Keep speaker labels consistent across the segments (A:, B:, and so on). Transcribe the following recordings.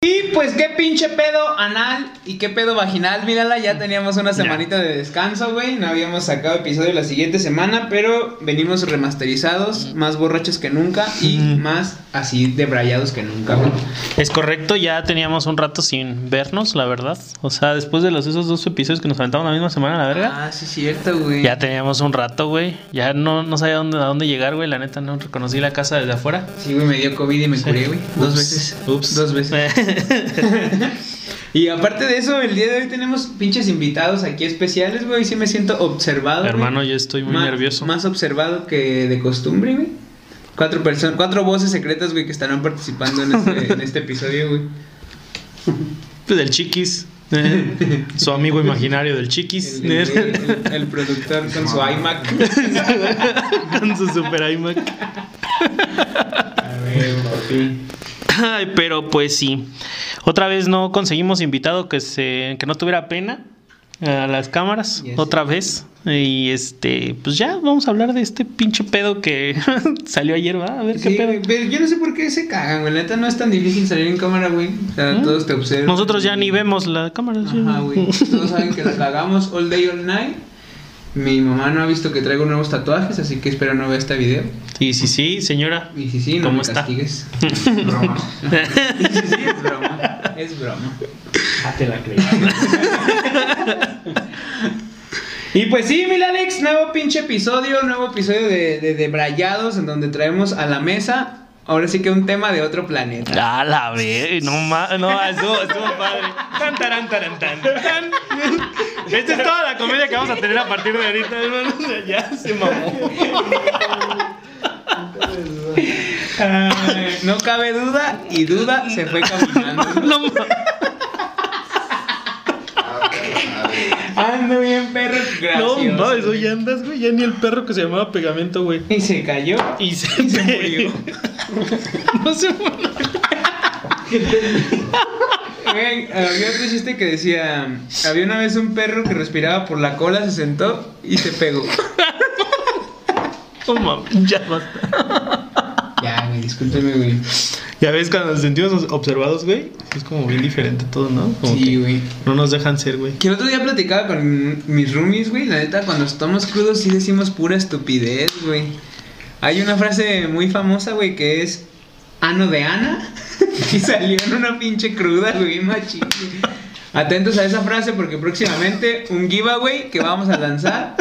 A: Y pues qué pinche pedo anal y qué pedo vaginal, mírala, ya teníamos una semanita de descanso, güey, no habíamos sacado episodio la siguiente semana, pero venimos remasterizados, más borrachos que nunca y
B: Ujú.
A: más así debrayados que nunca, güey.
B: Es correcto, ya teníamos un rato sin vernos, la verdad. O sea, después de los esos dos episodios que nos aventamos la misma semana, la verga.
A: Ah, sí cierto, güey.
B: Ya teníamos un rato, güey. Ya no, no sabía dónde, a dónde llegar, güey. La neta, no reconocí la casa desde afuera.
A: Sí, güey, me dio COVID y me curé, güey. Dos
B: Ups,
A: veces.
B: Ups. Eh.
A: Dos veces. Y aparte de eso, el día de hoy tenemos pinches invitados aquí especiales, güey. Sí me siento observado. güey.
B: Hermano, yo estoy muy
A: Ma-
B: nervioso.
A: Más observado que de costumbre, güey. Cuatro personas, cuatro voces secretas, güey, que estarán participando en este, en este episodio, güey.
B: Pues del chiquis. eh, Su amigo imaginario del chiquis. ¿eh?
A: El, el- el- el productor con su iMac.
B: Con su super iMac. Ay, pero pues sí. Otra vez no conseguimos invitado que se que no tuviera pena eh, a las cámaras.
A: Ya sé.
B: Otra vez. Y este, pues ya vamos a hablar de este pinche pedo que salió ayer, ¿va? A ver
A: Sí,
B: qué
A: güey,
B: pedo.
A: pero yo no sé por qué se cagan, güey. La neta no es tan difícil salir en cámara, güey. O sea,
B: ¿Mm?
A: todos te observan.
B: Nosotros ya ni vemos la cámara. sí.
A: Ajá, güey. Todos saben que la cagamos all day, all night. Mi mamá no ha visto que traigo nuevos tatuajes, así que espero no vea este video.
B: Sí, sí, sí, señora.
A: Y si sí, no
B: ¿Cómo
A: me
B: está?
A: castigues.
C: Broma.
A: Y si sí, es broma. Es broma.
C: Ah, te la creí.
A: Y pues sí, mil Alex, nuevo pinche episodio, nuevo episodio de, de, de Brayados, en donde traemos a la mesa, ahora sí que un tema de otro planeta.
B: A la vez, no más, no, estuvo, estuvo padre. Tan, taran, taran, tan, tan. Esta es toda la comedia que vamos a tener a partir de ahorita, hermano. O sea, Ya se mamó.
A: Ay, no cabe duda, y duda se fue caminando.
B: No mames.
A: Ando bien, perro,
B: No
A: gracioso.
B: mames, hoy andas, güey. Ya ni el perro que se llamaba Pegamento, güey.
A: Y se cayó.
B: Y se,
A: y se murió.
B: No se
A: Güey, había otro chiste que decía: Había una vez un perro que respiraba por la cola, se sentó y se pegó.
B: No mames, ya basta.
A: Ya, güey, discúlpeme, güey.
B: Ya ves, cuando nos sentimos observados, güey, es como bien diferente todo, ¿no? Como
A: Sí,
B: que
A: güey.
B: No nos dejan ser, güey.
A: Que el otro día platicaba con mis roomies, güey. La neta, cuando estamos crudos sí decimos pura estupidez, güey. Hay una frase muy famosa, güey, que es ano de Ana. y salió en una pinche cruda, güey, machín. güey. Atentos a esa frase porque próximamente un giveaway que vamos a lanzar.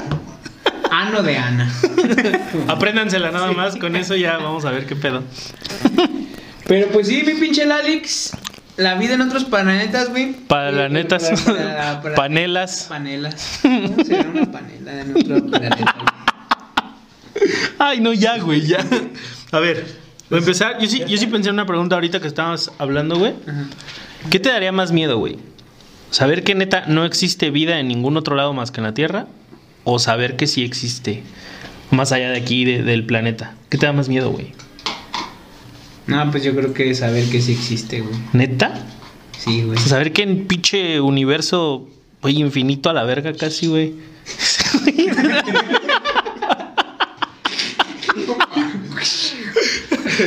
A: Ano de Ana.
B: Apréndansela nada más, con eso ya vamos a ver qué pedo.
A: Pero pues sí, mi pinche Lalix. La vida en otros planetas, güey.
B: Palanetas,
A: Para- para-
B: panelas.
A: Panelas. ¿Cómo será una panela en otro planeta? güey?
B: Ay, no, ya, güey, ya. Pues, A ver, voy a empezar. Yo sí, yo sí pensé en una pregunta ahorita que estábamos hablando, güey.
A: Ajá.
B: ¿Qué te daría más miedo, güey? ¿Saber que neta no existe vida en ningún otro lado más que en la Tierra? ¿O saber que sí existe más allá de aquí, de- del planeta? ¿Qué te da más miedo, güey?
A: No, pues yo creo que saber que sí existe, güey.
B: ¿Neta?
A: Sí, güey.
B: O sea, saber que en pinche universo, güey, infinito a la verga casi, güey.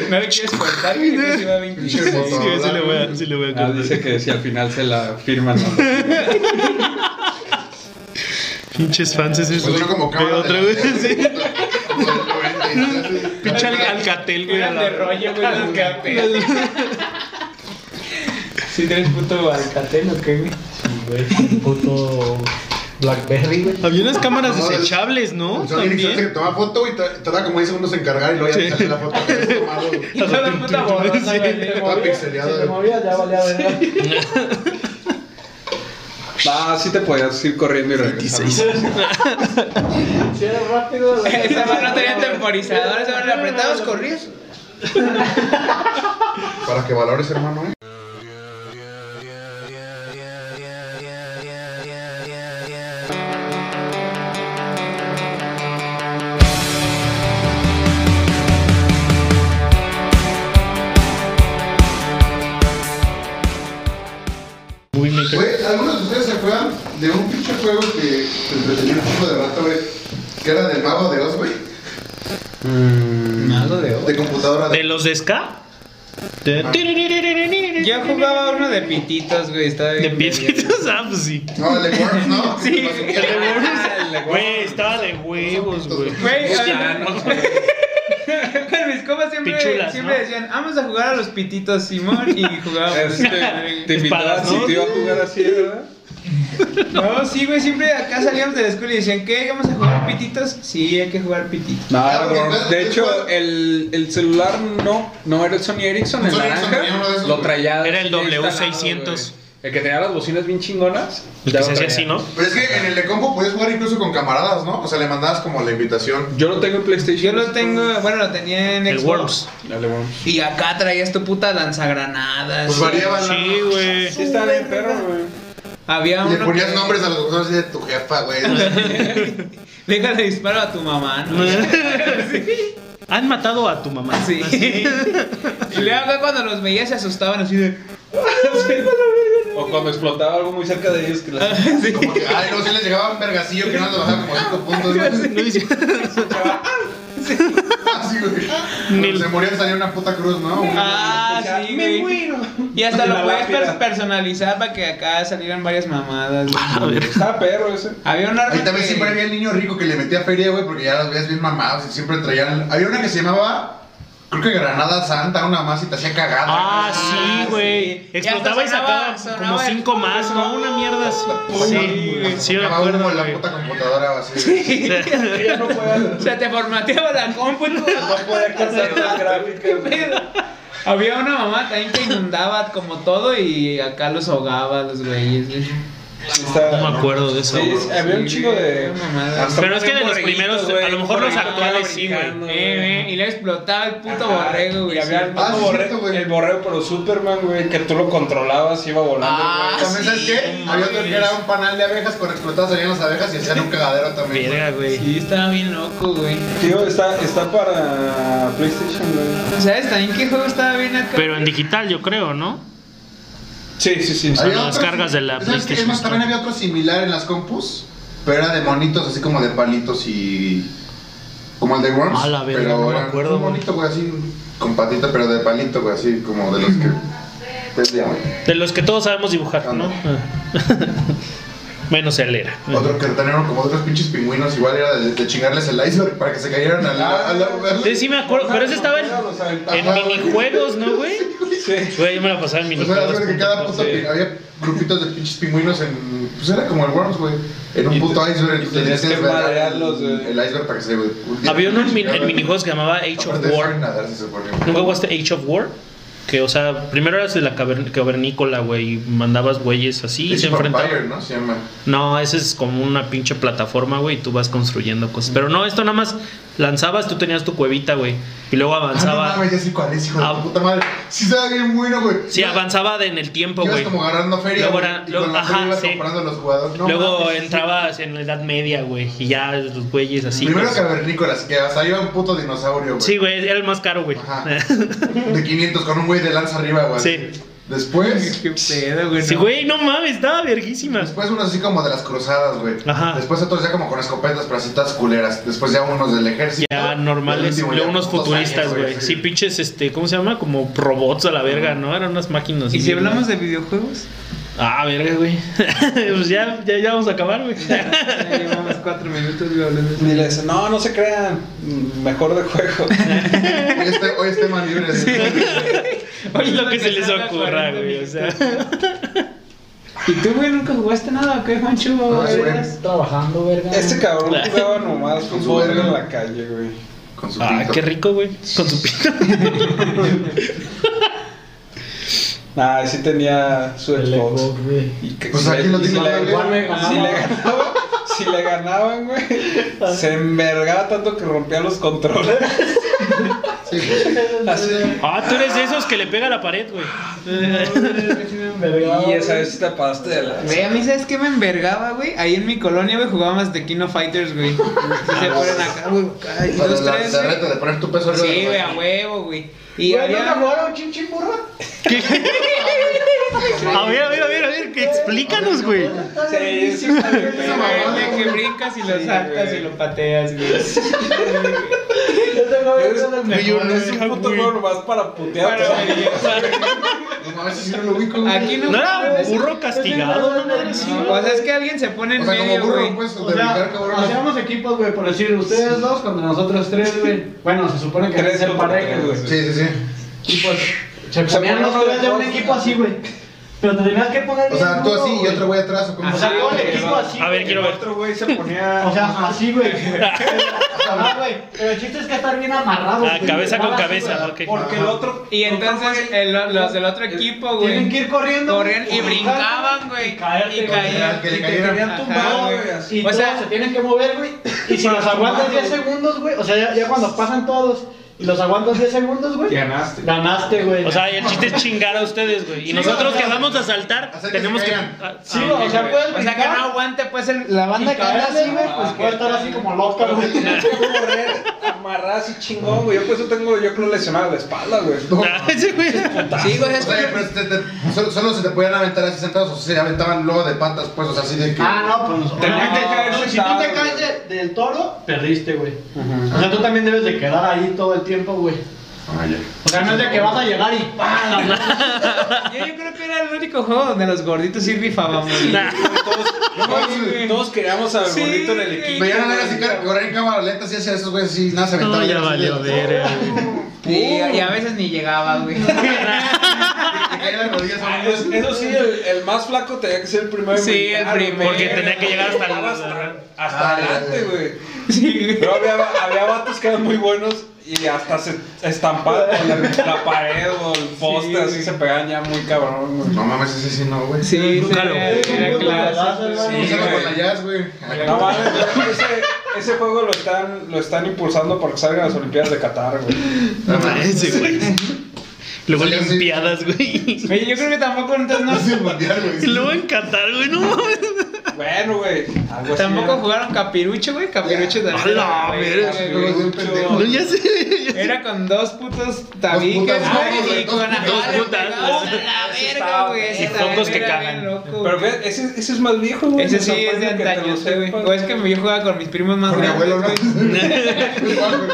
A: ¿No le quieres cortar? Que no se va a 28
C: Sí,
A: segundos.
C: sí le voy
B: a, sí le voy
D: Ah, dice que si al final se la firman. ¿no?
B: Pinches fans es eso.
C: Pues no como cámara de
B: otra
C: la
B: vez,
C: verga.
B: sí. Pinche
C: Pinche
B: al- alcatel, güey. a
A: Eran
B: la-
A: de rollo, güey, los capelos. Sí, tienes puto alcatel, ¿o qué, güey?
C: Puto Blackberry, güey.
B: Había unas cámaras
E: No, es-
B: desechables, ¿no?
E: Son direcciones que
B: También.
E: toma foto y tar- tarda como 10 segundos en cargar y luego ya te sale la foto que has tomado. güey.
A: Y toda la puta borrosa, güey.
E: Toda pixeleada. güey.
D: No, sí te podías ir corriendo y regresar.
A: Esa madre no tenía temporizador, esa madre la apretabas, corrías.
E: Para que valores, hermano, ¿eh?
B: Muy me
E: Güey, algunos de ustedes se acuerdan de un pinche juego que te entretenía un poco de rato, güey. Que era del mago de Oz, güey.
A: Mago de oro.
E: De computadora.
B: ¿De los de Ska? De-
A: Yo, yo jugaba uno de pititos, güey. Estaba
B: De
A: bien verga.
B: pititos, ah, pues sí.
E: No, el de Worms, ¿no?
A: Sí,
E: Que te
A: el de
E: pasen-
A: Worms.
B: Güey, estaba de huevos, güey.
A: Güey,
B: Hostia,
A: a ver,
B: no.
A: Con mis compas siempre,
B: Pichulas,
A: siempre
B: ¿no?
A: decían, vamos a jugar a los pititos, Simón. Y jugábamos.
D: Este, te invitaba
B: Espadas, ¿no?
D: si te iba a jugar así, ¿verdad?
A: No, sí, güey, siempre acá salíamos de la escuela y decían, ¿qué? ¿Vamos a jugar pititos? Sí, hay que jugar pititos.
D: No,
E: Ah, porque
D: bro,
E: ves-
D: de
E: ves
D: hecho,
E: cuál-
D: el, el celular no, no era el Sony Ericsson, el
E: Sony Ericsson
D: naranja,
E: tenía uno de esos,
D: lo
E: güey.
D: traía.
B: Era el
D: ya instalado,
B: W600.
D: güey. El que tenía las bocinas bien chingonas.
B: El que
D: ya lo
B: se hacía
D: traía.
B: así, ¿no?
E: Pero es que en el de combo podías jugar incluso con camaradas, ¿no? O sea, le mandabas como la invitación.
D: Yo lo tengo en PlayStation.
A: Yo lo tengo, bueno, lo tenía en
B: El
A: Xbox.
B: Worms.
D: Dale, Worms.
A: Y acá traías tu puta lanzagranadas.
E: Pues variaban. ¿no?
B: Sí, güey.
D: Sí, está bien, perro, güey.
A: Había
E: Le
A: uno.
E: ponías
A: que-
E: nombres a los jugadores y de tu jefa, güey. Entonces,
A: Déjale disparo a tu mamá, ¿no?
B: Han matado a tu mamá.
A: Sí.
B: Así.
A: Y luego acá cuando los veía se asustaban así de.
D: O cuando explotaba algo muy cerca de ellos que las
A: Sí.
E: como que, ay, no, si les llegaba un vergacillo que no te bajaba como 5 puntos, güey.
B: No dice-
E: Así, güey. Cuando se morían salía una puta cruz, ¿no?
A: Ah, sí, güey. Y hasta
D: La
A: lo puedes
D: lápida.
A: per- personalizar para que acá salieran varias mamadas. güey.
D: Está perro ese.
A: Había un arma.
E: Ahí también
A: que-
E: siempre había el niño rico que le metía feria, güey, porque ya las veías bien mamados y siempre traían. Había una que se llamaba, creo que Granada Santa, una más y te hacía cagada.
B: Ah,
A: Ah,
B: sí, güey.
A: sí.
B: Explotaba y
A: Ya hasta sonaba-
B: sacaba como
A: sonaba el-
B: cinco más, ¿no? Una mierda así. Sí, güey. Sí, me
E: Llamaba
B: acuerdo,
E: humo en la
B: güey.
E: puta computadora o así. güey.
D: Ella no puede,
A: Se te formateaba la compu. y tú-
D: no puede cansar las
A: ¿Qué
D: gráficas. güey.
A: pedo? Había una mamá también que inundaba como todo y acá los ahogaba los güeyes. güey.
D: Está-
B: No me acuerdo de eso.
D: Sí,
B: güey.
D: es- había un chico de.
A: Mamada.
D: hasta
B: Pero es que de los
D: borreguitos,
B: primeros,
D: güey,
B: a lo mejor los
D: borreguito
B: actuales
D: estaba
B: sí, güey.
D: brincando,
A: Eh, eh, y le explotaba el puto
D: Ajá,
A: borrego, güey.
D: Y había el,
A: cierto.
E: Ah, sí,
D: borrego,
E: cierto, güey.
D: el borrego, pero Superman, güey, que tú lo controlabas, iba volando,
A: Ah,
D: güey.
E: También, ¿sabes
A: sí,
E: qué? Había otro que era un panal de abejas con explotadas salían las abejas y hacían un cagadero también. güey.
B: Verga, güey.
A: Sí, estaba bien loco, güey.
D: Tío, está, está para PlayStation, güey.
A: ¿Sabes también qué juego estaba bien acá?
B: Pero en digital, yo creo, ¿no?
D: Sí, sí, sí.
B: sea,
E: Había
B: las
E: otro-
B: cargas de la
E: ¿sabes qué? Es más,
B: PlayStation
E: también había otro similar en las compus, pero era de monitos, así como de palitos y. Como el de Worms.
B: A la verga,
E: pero
B: no me
E: era
B: acuerdo,
E: Un
B: güey.
E: monito, güey, así, con patita, pero de palito, güey, así como de los que. Pues, ya, güey.
B: De los que todos sabemos dibujar, ¿no? Menos el era.
E: Otro que tenían como otros pinches pingüinos, igual era de, de chingarles el iceberg para que se cayeran al
D: Ah,
E: al- al-
B: Sí, sí me acuerdo, pero ese estaba en, en minijuegos, ¿no, güey?
D: Sí.
B: Güey, yo me la pasaba en
E: O sea,
B: minijuegos.
E: era que cada puto
D: sí.
E: pi- había grupitos de pinches pingüinos en. Pues era como el Worms, güey. En
D: Y
E: un puto
D: te-
E: iceberg.
D: y
E: entonces
D: tenías
E: decías,
D: que
E: "Verga,
D: madrearlos,
E: el,
D: güey".
E: el iceberg para que se. hundiera.
B: Había uno en, min- en minijuegos que llamaba Age of
E: Aparte,
B: War.
E: saben nadar, si se ponen.
B: ¿Nunca jugaste Age of War? Que, o sea, primero eras de la caver- cavernícola, güey, y mandabas güeyes así y
E: Age
B: se
E: of
B: enfrentaban.
E: Empire, ¿no? Se llama.
B: No, ese es como una pinche plataforma, güey, y tú vas construyendo cosas. Pero no, esto nada más lanzabas, tú tenías tu cuevita, güey, y luego
E: Ah, no mames,
B: avanzaba.
E: ya sé cuál es, hijo de
B: Ah.
E: tu puta madre. Sí, estaba bien bueno, güey.
B: Sí, avanzaba de- en el tiempo,
E: Ibas
B: güey.
E: como agarrando feria.
B: Luego
E: güey,
B: era-
E: y
B: luego-
E: con la feria
B: ajá,
E: ibas
B: sí.
E: comprando los jugadores. No
B: Luego
E: mames.
B: entrabas en la Edad Media, güey, y ya los güeyes así.
E: Primero
B: pues.
E: cavernícolas, que hasta iba un puto dinosaurio, güey.
B: Sí, güey, era el más caro, güey.
E: Ajá. De 500 con un güey de lanza arriba, güey.
B: Sí.
E: Después.
A: Qué pedo, güey. no.
B: Sí, güey, no mames, estaba verguísima.
E: Después unos así como de las cruzadas, güey.
B: Ajá.
E: Después otros ya como con escopetas, pero así todas culeras. Después ya unos del ejército.
B: Ya normales,
E: El último
B: luego
E: ya
B: unos
E: con dos
B: futuristas,
E: años,
B: güey. Sí, pinches, este, ¿cómo se llama? Como robots a la verga, ¿no? Eran unas máquinas.
A: ¿Y si
B: bien-
A: hablamos de videojuegos?
B: Ah, verga, güey. pues ya, ya, ya vamos a acabar, güey.
A: Ya llevamos cuatro minutos, güey, hablando de
D: Y le dice, no, no se crean. mm, Mejor de juego.
E: Hoy es, te- hoy es tema libre.
B: Oye, lo que se les
A: Empezando a
B: ocurra,
A: 40
B: güey. O sea,
A: ¿Y tú, güey, nunca jugaste nada o qué, Juancho?
E: No, sí, güey.
C: Trabajando, verga.
D: Este cabrón jugaba nomás
E: Con
D: con
E: su
D: verga en
E: verga.
D: la calle, güey.
E: Con su
B: ah,
E: pito.
B: qué rico, güey. Con su pito.
D: Nah, sí tenía su
C: El
D: Xbox.
C: Xbox, güey.
D: Y que-
E: Pues
D: si
E: aquí
D: le-
E: lo
D: y si
E: tiene
D: le
E: la
D: ganaban,
C: verga.
D: si le ganaban, si le ganaban, güey, se envergaba tanto que rompía los controles.
E: Sí, güey.
D: Así.
B: Ah, tú eres de esos que le pega a la pared, güey.
D: Y esa vez sí te pasaste de la.
A: Güey, a mí, ¿sabes qué me envergaba, güey? Ahí en mi colonia, güey, jugábamos de Kino Fighters, güey. Si se fueron acá, güey, acá, y
E: Para
A: dos,
E: Ah, la
A: tres,
E: la
A: güey.
E: reta de poner tu peso arriba.
A: Sí,
E: de
A: güey,
E: la
A: a
E: mano.
A: huevo, güey. Y
C: Güey, ¿nunca
A: había...
C: jugaron chin chin burra?
B: A ver, a ver, a ver, a ver, que explícanos, güey.
D: Sí, sí, está bien,
A: Esa mamada de que brincas y lo
D: Sí,
A: saltas
D: güey.
A: y lo pateas, güey.
C: Yo tengo
D: Es,
C: eso en el
D: güey,
C: mejor,
D: es
B: güey.
D: un puto juego nomás para putear.
A: Para, güey,
E: No mames, si no lo ubico, güey.
A: Aquí no.
B: ¿No era
A: mames.
B: burro castigado? una madre así, güey?
A: O sea, es que alguien se pone en
E: O sea,
A: medio,
E: como
A: güey.
E: burro, pues, de
C: O sea,
E: brincar, cabrón.
C: hacíamos equipos, güey, por decir, ustedes dos contra nosotros tres, güey. Bueno, se supone que
D: Tres
C: tres ser
D: contra
C: parejas,
D: tres,
C: güey.
E: Sí, sí, sí.
C: Y pues, se
D: Se
C: ponían
D: ponían
C: los
D: uno de
C: tres de un
D: dos,
C: equipo
D: güey.
C: así, güey. Pero te tenías que poner
E: O
C: bien
E: sea, tú
C: duro,
E: así y
C: güey.
E: otro güey atrás, o como.
C: O sea, todo el
D: Ajá,
C: equipo
D: güey.
C: así.
B: A ver,
C: güey.
B: quiero
D: El
B: ver.
D: otro güey se ponía.
C: O sea, así, güey. Ajá, güey. Pero el chiste es que estar bien amarrado.
B: Ah,
C: güey.
B: cabeza con
C: Nada así,
B: cabeza,
C: güey.
B: ok.
D: porque el otro.
A: Y entonces el- los del otro equipo, güey.
C: Tienen que ir corriendo.
A: Corrían
C: güey,
A: y brincaban,
C: Y
A: güey.
C: caerte,
A: Y
C: güey.
A: caían.
E: Que
D: Y
E: le
D: te
E: cayeran.
D: querían
A: Ajá,
D: tumbar,
A: güey.
D: güey. así.
C: Y
A: O
C: todos
A: sea-
C: se tienen que mover, güey. Y si los aguantas 10 segundos, güey. O sea, ya, ya cuando pasan todos y los aguantas 10 segundos, güey.
D: Ganaste.
C: Ganaste, güey.
B: O sea, y el chiste es chingar a ustedes, güey. Y
E: Sí,
B: nosotros
E: o sea,
B: que vamos a saltar,
E: hacer que
B: tenemos
E: se
B: que.
E: caigan.
B: ah,
C: sí,
B: ah,
C: güey, o sea,
D: güey.
C: puedes
A: O sea, que no aguante, pues el- la banda
C: banda
A: que anda así, güey.
C: pues puede estar así como loca,
D: Pero
C: güey.
D: sí tienes que correr amarradas y chingón, güey. Yo por eso tengo, yo creo, lesionada la espalda, güey.
E: No.
B: ah, ese güey.
A: Sí, güey,
E: O
A: es
E: sea,
A: que.
E: pero te- te- solo, solo se te podían aventar así sentados, o se aventaban luego de patas, pues, o sea, así de que.
C: Ah, no, pues nosotros.
D: Tenía que caer
C: Si tú
D: sentado,
C: te caes
D: güey.
C: de- del toro, perdiste, güey. O sea, tú también debes de quedar ahí todo el tiempo, güey.
E: Ah, ya.
C: O sea, no es de que vas a llegar y ¡pam!
A: Yo, yo creo que era el único juego donde los gorditos sí rifábamos. güey.
B: Nah.
D: Todos, no,
A: güey.
D: todos queríamos al
A: Sí,
D: gordito en el
A: güey.
D: equipo.
E: Pero ya no
D: güey.
E: era así, car- correr en cámara lenta, así hacía esos güeyes, así, nada, se aventaban.
B: ya
E: así de-
B: valió
C: eh,
B: verga,
A: Sí, y a veces ni llegaba, güey.
E: Te caían las rodillas.
D: Ah, es- Eso sí, el, el más flaco tenía que ser el primero. en
A: Sí, el
D: brincar, güey.
A: primero.
B: Porque tenía que llegar hasta el-
D: hasta,
E: Ah,
D: hasta
E: ya,
D: adelante,
E: ya.
D: güey.
A: Sí, güey.
D: Pero había, había vatos que eran muy buenos y hasta se estampaban con la, la pared o el poste,
A: Sí,
D: así
A: güey.
D: se pegaban ya muy cabrón, güey.
E: No mames, ese sí no, güey.
A: Sí, sí,
B: Claro.
A: era- era clase.
E: O
D: Sí,
E: sea,
D: güey.
E: con la jazz, güey.
D: No mames, güey, ese, ese juego lo están, lo están impulsando para que salgan las Olimpiadas de Qatar, güey.
E: No
B: Ah,
E: mames.
B: ese güey. Luego
E: Sí, sí.
B: limpiadas, güey.
A: Oye, yo creo que tampoco entonces
E: No
A: no.
E: es el mundial,
B: Y
E: güey.
B: luego en Qatar, güey, no mames.
D: Bueno, güey. algo así
A: Tampoco
D: era.
A: jugaron capirucho, güey. Capirucho
B: Ya.
A: también.
B: A la
A: güey,
B: verga,
A: güey.
E: Luego es un pendejo.
B: No, ya sé.
A: Era con dos putos tabiques,
E: putas manos,
A: güey,
E: güey,
A: y
E: dos
A: con
E: putas
A: anuales
B: putas.
A: pegados a la
D: Ese
A: verga,
D: estaba-
A: güey.
D: y
A: ese también
B: focos que
A: era
B: cagan.
A: bien loco,
D: Pero
A: güey.
D: ve, ese, ese es más viejo, güey.
A: Ese
D: me
A: sí es de
D: sorprende que te lo
A: antaño, sí, güey.
D: sepas.
A: O es que yo jugaba con mis primos más
E: Con mi abuelo,
A: grandes,
E: ¿no?
A: güey.
E: Igual, güey.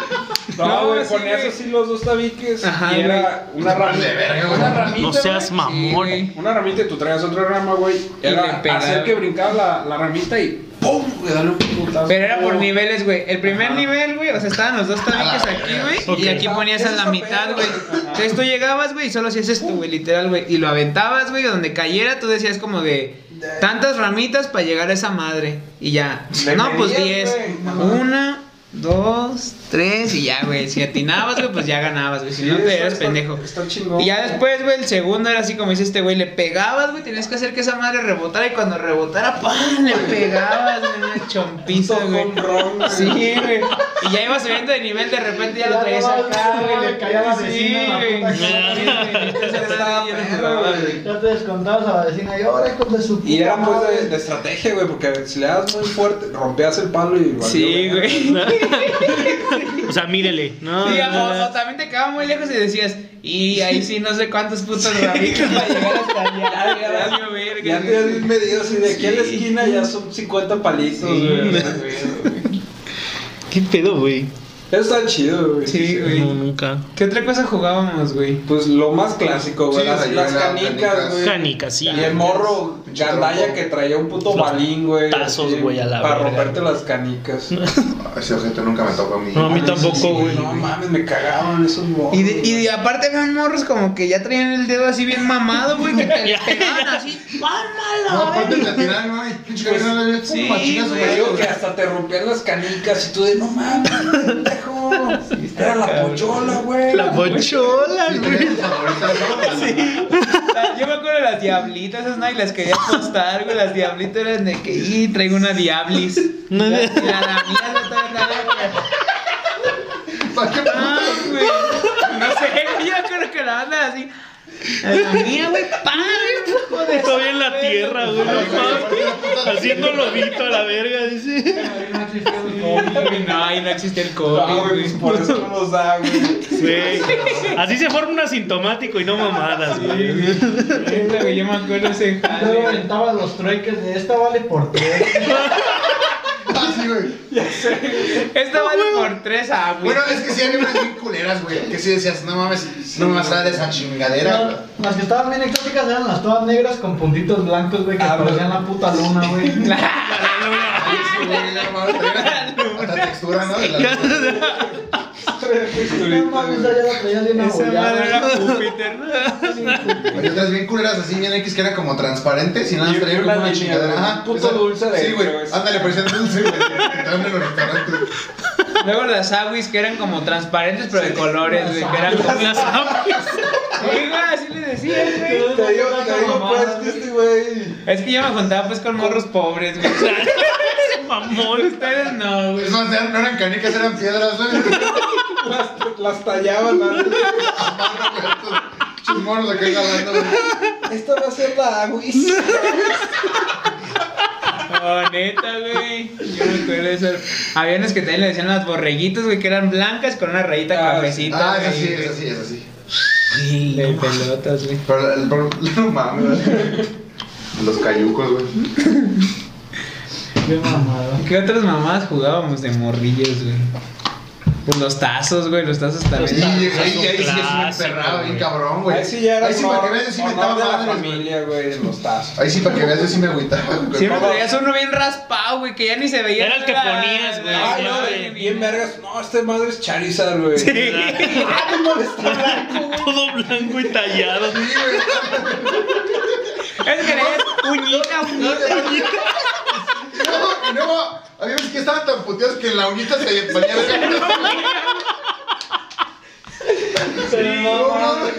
D: No,
A: No,
D: güey,
A: sí,
D: ponías
A: güey.
D: así los dos tabiques
A: Ajá,
D: y era una
E: Vale,
D: ramita.
E: verga, güey.
D: Una ramita.
B: No seas
D: güey.
A: Sí,
B: mamón.
A: güey.
D: Una ramita y tú traías otra rama, güey.
A: le
D: Era
A: pegaba.
D: hacer que brincaba la, la ramita y ¡pum! güey, dale un putazo.
A: Pero era por
D: Oh.
A: niveles, güey. El primer nivel, güey, o sea, estaban los dos tabiques aquí, güey.
B: Ok.
A: Y aquí ponías a
D: Eso
A: la
D: está
A: mitad,
D: peor,
A: güey.
D: güey. Ah, Ajá.
A: Entonces tú llegabas, güey, y solo hacías esto, güey, literal, güey. Y lo aventabas, güey, donde cayera, tú decías como de tantas ramitas para llegar a esa madre. Y ya.
D: Le
A: no, pues 10.
D: medías, güey.
A: Una, dos, tres, y ya, güey. Si atinabas, güey, pues ya ganabas, güey. Si
D: Sí,
A: no,
D: eso
A: te eras
D: está-
A: pendejo.
D: Está chingón.
A: Y ya después, güey, el segundo era así como dice este güey, le pegabas, güey, tenías que hacer que esa madre rebotara y cuando rebotara, ¡pam! Le pegabas, güey, una chompiza,
D: Hizo
A: güey.
D: home run, güey.
A: Sí, güey. Y ya ibas subiendo de nivel, de repente ya lo traías acá, güey. Le
C: Caía la
A: pegabas así,
C: vecina, la
A: güey.
C: puta
A: Sí,
B: madre.
A: güey, estás
D: Estaba
A: atrás y eres
D: perro,
A: raro,
D: güey.
A: güey.
C: Ya te descontabas a la vecina y ahora hijos de su puta
D: Y era pues
C: madre".
D: de, de estrategia, güey, porque si le das muy fuerte, rompías el palo y valió,
A: Sí, güey.
B: O sea, mírele. No,
A: Sí,
B: no, no,
A: o,
B: no.
A: o también te quedaba muy lejos y decías, y ahí sí no sé cuántos putos ramitos para llegar hasta allá.
D: Ya, ya,
A: valió verga,
D: Ya
A: güey.
D: te has medido así de aquí a la
A: Sí.
D: esquina ya son 50 palitos,
A: Sí,
D: güey.
A: güey.
B: ¿Qué pedo, güey?
D: Eso está chido, güey.
A: Sí, güey.
B: No, nunca.
A: ¿Qué otra cosa jugábamos, güey?
D: Pues lo más clásico, güey.
E: Sí,
D: las,
E: sí,
D: las
E: las
D: canicas,
E: canicas.
D: güey.
B: Canica, sí.
D: Y el morro gandalla que traía un puto
B: Los
D: balín, güey.
B: tazos,
D: así,
B: güey, a la
D: Para
B: verga,
D: romperte
B: güey.
D: las canicas.
E: Ese objeto nunca me tocó a mí.
B: No, a mí tampoco, güey.
D: No mames, me cagaban esos morros.
A: Y, de- y de- aparte vean morros como que ya traían el dedo así bien mamado, güey, que te le pegaban así.
E: No,
A: ¡Pármala!
E: aparte te tiraron, güey. Pinche cabrón, no le ves
A: sí,
E: como machinas,
A: güey,
D: Te digo
E: Pues, güey.
D: que hasta te rompían las canicas y tú de no mames, pendejo. Era la pochola, güey.
B: La pochola,
E: Y
B: güey.
E: tenía tus favoritas, ¿no?
A: La- Yo me acuerdo de las diablitas, esas nadie las quería apostar, güey. Las diablitas eran de que, y traigo una diablis.
B: No,
A: La,
B: no.
A: la, mía no trae nada.
E: ¿Para qué
A: Ah, güey. No sé, güey, yo creo que la banda así. La mía, güey, padre.
B: Todavía en la tierra, güey. no mames.
E: puta?
B: Haciendo lobito a la verga, dice.
A: No, ahí no existe el
D: No,
A: COVID,
D: güey,
A: güey.
D: pues, por eso no los da, güey.
B: Güey. Así se forma un asintomático y no mamadas, güey.
A: Neta, güey, Yo me acuerdo ese
C: Luego
A: jale.
C: aventaba los trueques de esta vale por tres.
E: Ah, sí, así, güey.
A: Esta vale por tres a güey.
E: Bueno, es que sí había unas bien culeras, güey. Que sí decías, no mames, no me vas a dar esa chingadera, güey.
C: No, Las que estaban bien exóticas eran las todas negras con puntitos blancos, güey, que
D: Ah,
C: parecían la puta luna, güey.
E: Ay, sí, güey, no mames, traía Hasta textura, ¿no? De la luna.
C: No mames, esa ya la traías bien
A: Esa
C: abollada,
A: madre era
C: güey.
A: Júpiter.
E: Hay otras bien culeras así, bien X, que eran como transparentes y nada más
D: Y
E: traían
D: una
E: como una
D: línea,
E: chingadera.
D: güey,
E: Ajá.
D: un puto
E: esa-
D: dulce de-
E: Sí, güey.
D: pero es-
E: Ándale, parecía dulce, güey. que te dan en los restaurantes.
A: Luego las aguis que eran como transparentes pero de colores, güey. Que eran como.
B: Las aves.
A: Sí, güey, así le decían, güey.
D: Te digo, te digo, pues, que este güey.
A: Es que yo me juntaba pues con morros pobres, güey.
B: Mamón.
A: Ustedes no, güey.
E: Es más, eran- no eran canicas, eran piedras, güey.
D: Las, las tallaban, ¿no?
E: Chimón lo que está hablando, güey.
D: Esta va a ser la aguis.
A: Oh, neta, güey. Yo me acuerdo de eso. Había unos que también le decían las borreguitas, güey, que eran blancas con una rayita
D: Ah,
A: cafecita.
E: Ah, es
A: güey.
E: así, es así, es así.
A: Sí, de pelotas, güey.
E: Pero el pero- no mames. Los cayucos, güey.
C: Qué mamada.
A: ¿Qué otras mamadas jugábamos de morrillos, güey? Pues los tazos, güey, los tazos
E: Y
A: también.
E: ahí, ahí, ahí sí es un
B: clásico,
E: emperrado bien
B: güey.
E: cabrón, güey.
D: Ahí sí ya era
E: Ahí sí, para que veas, sí me
D: honor de la
E: estaba madre.
D: familia, güey, en los tazos.
E: Ahí sí, para que veas, yo sí me agüitaba. güey.
A: Siempre
D: Todos.
A: traías uno bien raspado, güey, que ya ni se veía.
B: Era el que
A: la-
B: ponías, güey.
A: la-
D: Ay, no,
B: madre,
D: de- bien vergas. No, este madre es Charizard, güey. Ah,
B: Todo blanco y tallado.
E: Sí, güey.
A: Es que leías uñita, uñita.
E: Y luego, y luego, había veces que estaban tan puteados que en la uñita se bañaba
C: Pero no, mames.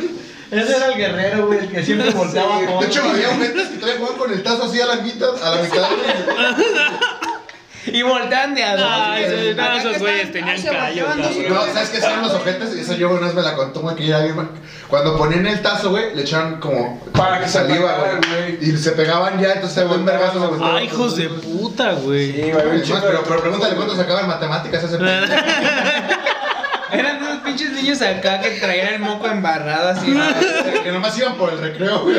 C: Ese era el guerrero, güey, el que siempre volteaba con.
E: De hecho, había juguetes que traían jugaban con el tazo así a la mitad, a la mitad. güey.
A: Y voltean de a dos.
B: Ay,
A: güey.
B: sí, no,
A: Acá
B: esos
A: que
B: güeyes
A: están- ah,
B: tenían
A: se
B: callos,
A: volteaban dos,
B: cabrón.
E: No,
A: güey.
E: ¿sabes qué son los ojetes? Eso yo una vez me la contó, güey, que ya bien mal. Cuando ponían el tazo, güey, le echaban como
D: Para que se
E: saliva,
D: pegaran,
E: güey. Y se pegaban ya, entonces se un vergazo. se volteaban.
B: Ay, hijos de puta, güey.
D: Sí, güey, un
E: Además,
D: chico.
E: pero, pero pregúntale cuánto sacaban matemáticas a ese pendejo.
A: Eran unos pinches niños acá que traían el moco embarrado así.
E: Que nomás iban por el recreo, güey.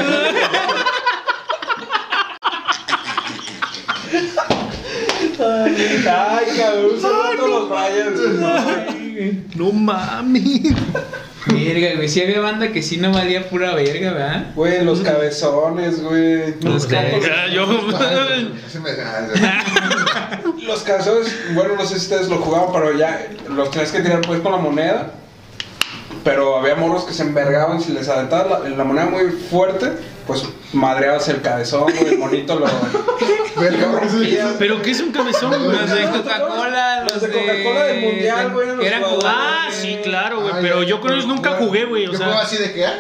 D: Ay, cabrón, son otros los Bayern, güey.
B: No mami.
A: Verga, güey. Sí había banda que sí no valía pura verga, ¿verdad?
D: Güey, los cabezones, güey.
A: Los cabezones.
B: Yo.
E: Así me decían,
D: Los cabezones, bueno, no sé si ustedes lo jugaban, pero ya los tenías que tirar pues con la moneda. Pero había morros que se envergaban si les aventabas la, la moneda muy fuerte, pues madreabas el cabezón, güey, el monito lo.
E: Ver, cabrón, eso es-
B: ¿Pero qué es un cabezón, güey?
A: Los de Coca-Cola, los
D: Los de Coca-Cola del Mundial, güey, eran los
A: Eran
D: jugadores.
B: Ah,
A: jugadores.
B: sí, claro, güey.
E: Ay,
B: Pero
E: güey,
B: yo con ellos nunca jugué, güey. O
E: Yo
B: sea.
E: jugaba así de que.
B: Ah,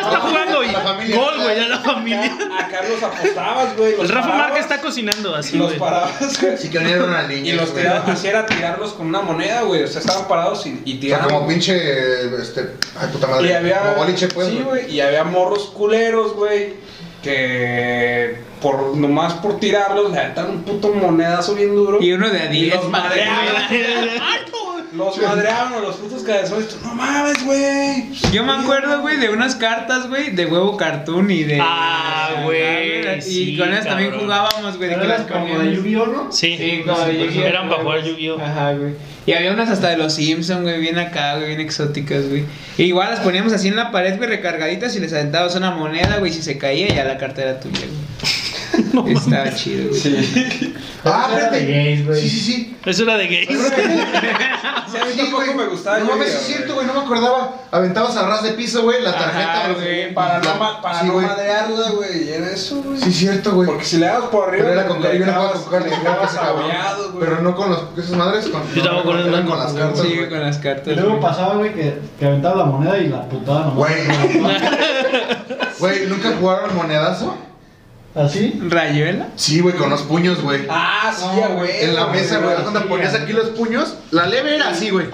B: está jugando y
E: La familia.
B: gol, güey, a la familia.
D: A Carlos apostabas, güey. los
B: El Rafa
D: parabas,
B: Márquez está cocinando así,
D: Los
B: güey.
D: parabas, güey.
E: Sí, que no era una niña.
D: Y los
E: güey.
D: tirabas, así era tirarlos con una moneda, güey. O sea, estaban parados y, y
E: O sea,
D: tiraban.
E: como pinche. Este. Ay, puta madre.
D: Y había.
E: Como boliche, pues.
D: sí, güey. Y había morros culeros, güey. Que por nomás por tirarlos le aventaron un puto monedazo bien duro.
A: Y uno de a diez,
D: los
A: madre,
D: madreaban. Los madreaban a los putos cabezones. Tú, No mames, güey.
A: Yo me acuerdo, güey, de unas cartas, güey, de huevo cartoon y de.
B: Ah, güey,
A: Y
B: sí,
A: con ellas también
B: cabrón.
A: jugábamos, güey, de
C: Pero
A: que las
C: eran como de
A: poníamos.
C: Yu-Gi-Oh, ¿no?
B: Sí,
A: como de Yu-Gi-Oh,
B: eran para
A: güey.
B: jugar Yu-Gi-Oh.
A: Ajá, güey. Y había unas hasta de los Simpsons, güey, bien acá, güey, bien exóticas, güey. E igual las poníamos así en la pared, güey, recargaditas y les aventabas una moneda, güey, y si se caía ya la carta era tuya, güey. Estaba chido, güey.
E: Ah,
C: Era de gays,
E: espérate.
C: güey.
E: Sí, sí, sí.
B: Eso era de gays.
D: Sí, a mí
E: Sí,
D: tampoco
E: güey.
D: me gustaba.
E: No
D: yo,
E: mames, sí es cierto, güey. No me acordaba. Aventabas a ras de piso, güey, la tarjeta,
A: Ajá,
E: güey.
A: güey,
D: Para no, ma- para
E: Sí,
D: no
E: güey.
D: madrearla, güey. Era eso, güey.
E: Sí, es cierto, güey.
D: Porque si le dabas por arriba,
E: Pero era con
D: le
E: yo la jugaba
D: dabas-
E: con carne,
D: le
E: jugaba
D: dabas
E: ese cabrón.
D: abollado, güey.
E: Pero no con los, esas madres, con,
B: Yo estaba con
E: no,
B: el
E: eran
B: blanco.
E: con las cartas.
A: Sí,
E: güey.
A: güey, con las
C: Y
A: cartas.
C: luego
A: güey.
C: pasaba, güey, que, que aventaba la moneda y la putada nomás.
E: Güey. Güey, ¿nunca jugaron monedazo?
C: ¿Así?
A: ¿Rayuela?
E: Sí, güey, con los puños, güey.
D: Ah, sí, ya, güey.
E: en la mesa, güey. Cuando ponías aquí los puños, la leve era así, güey.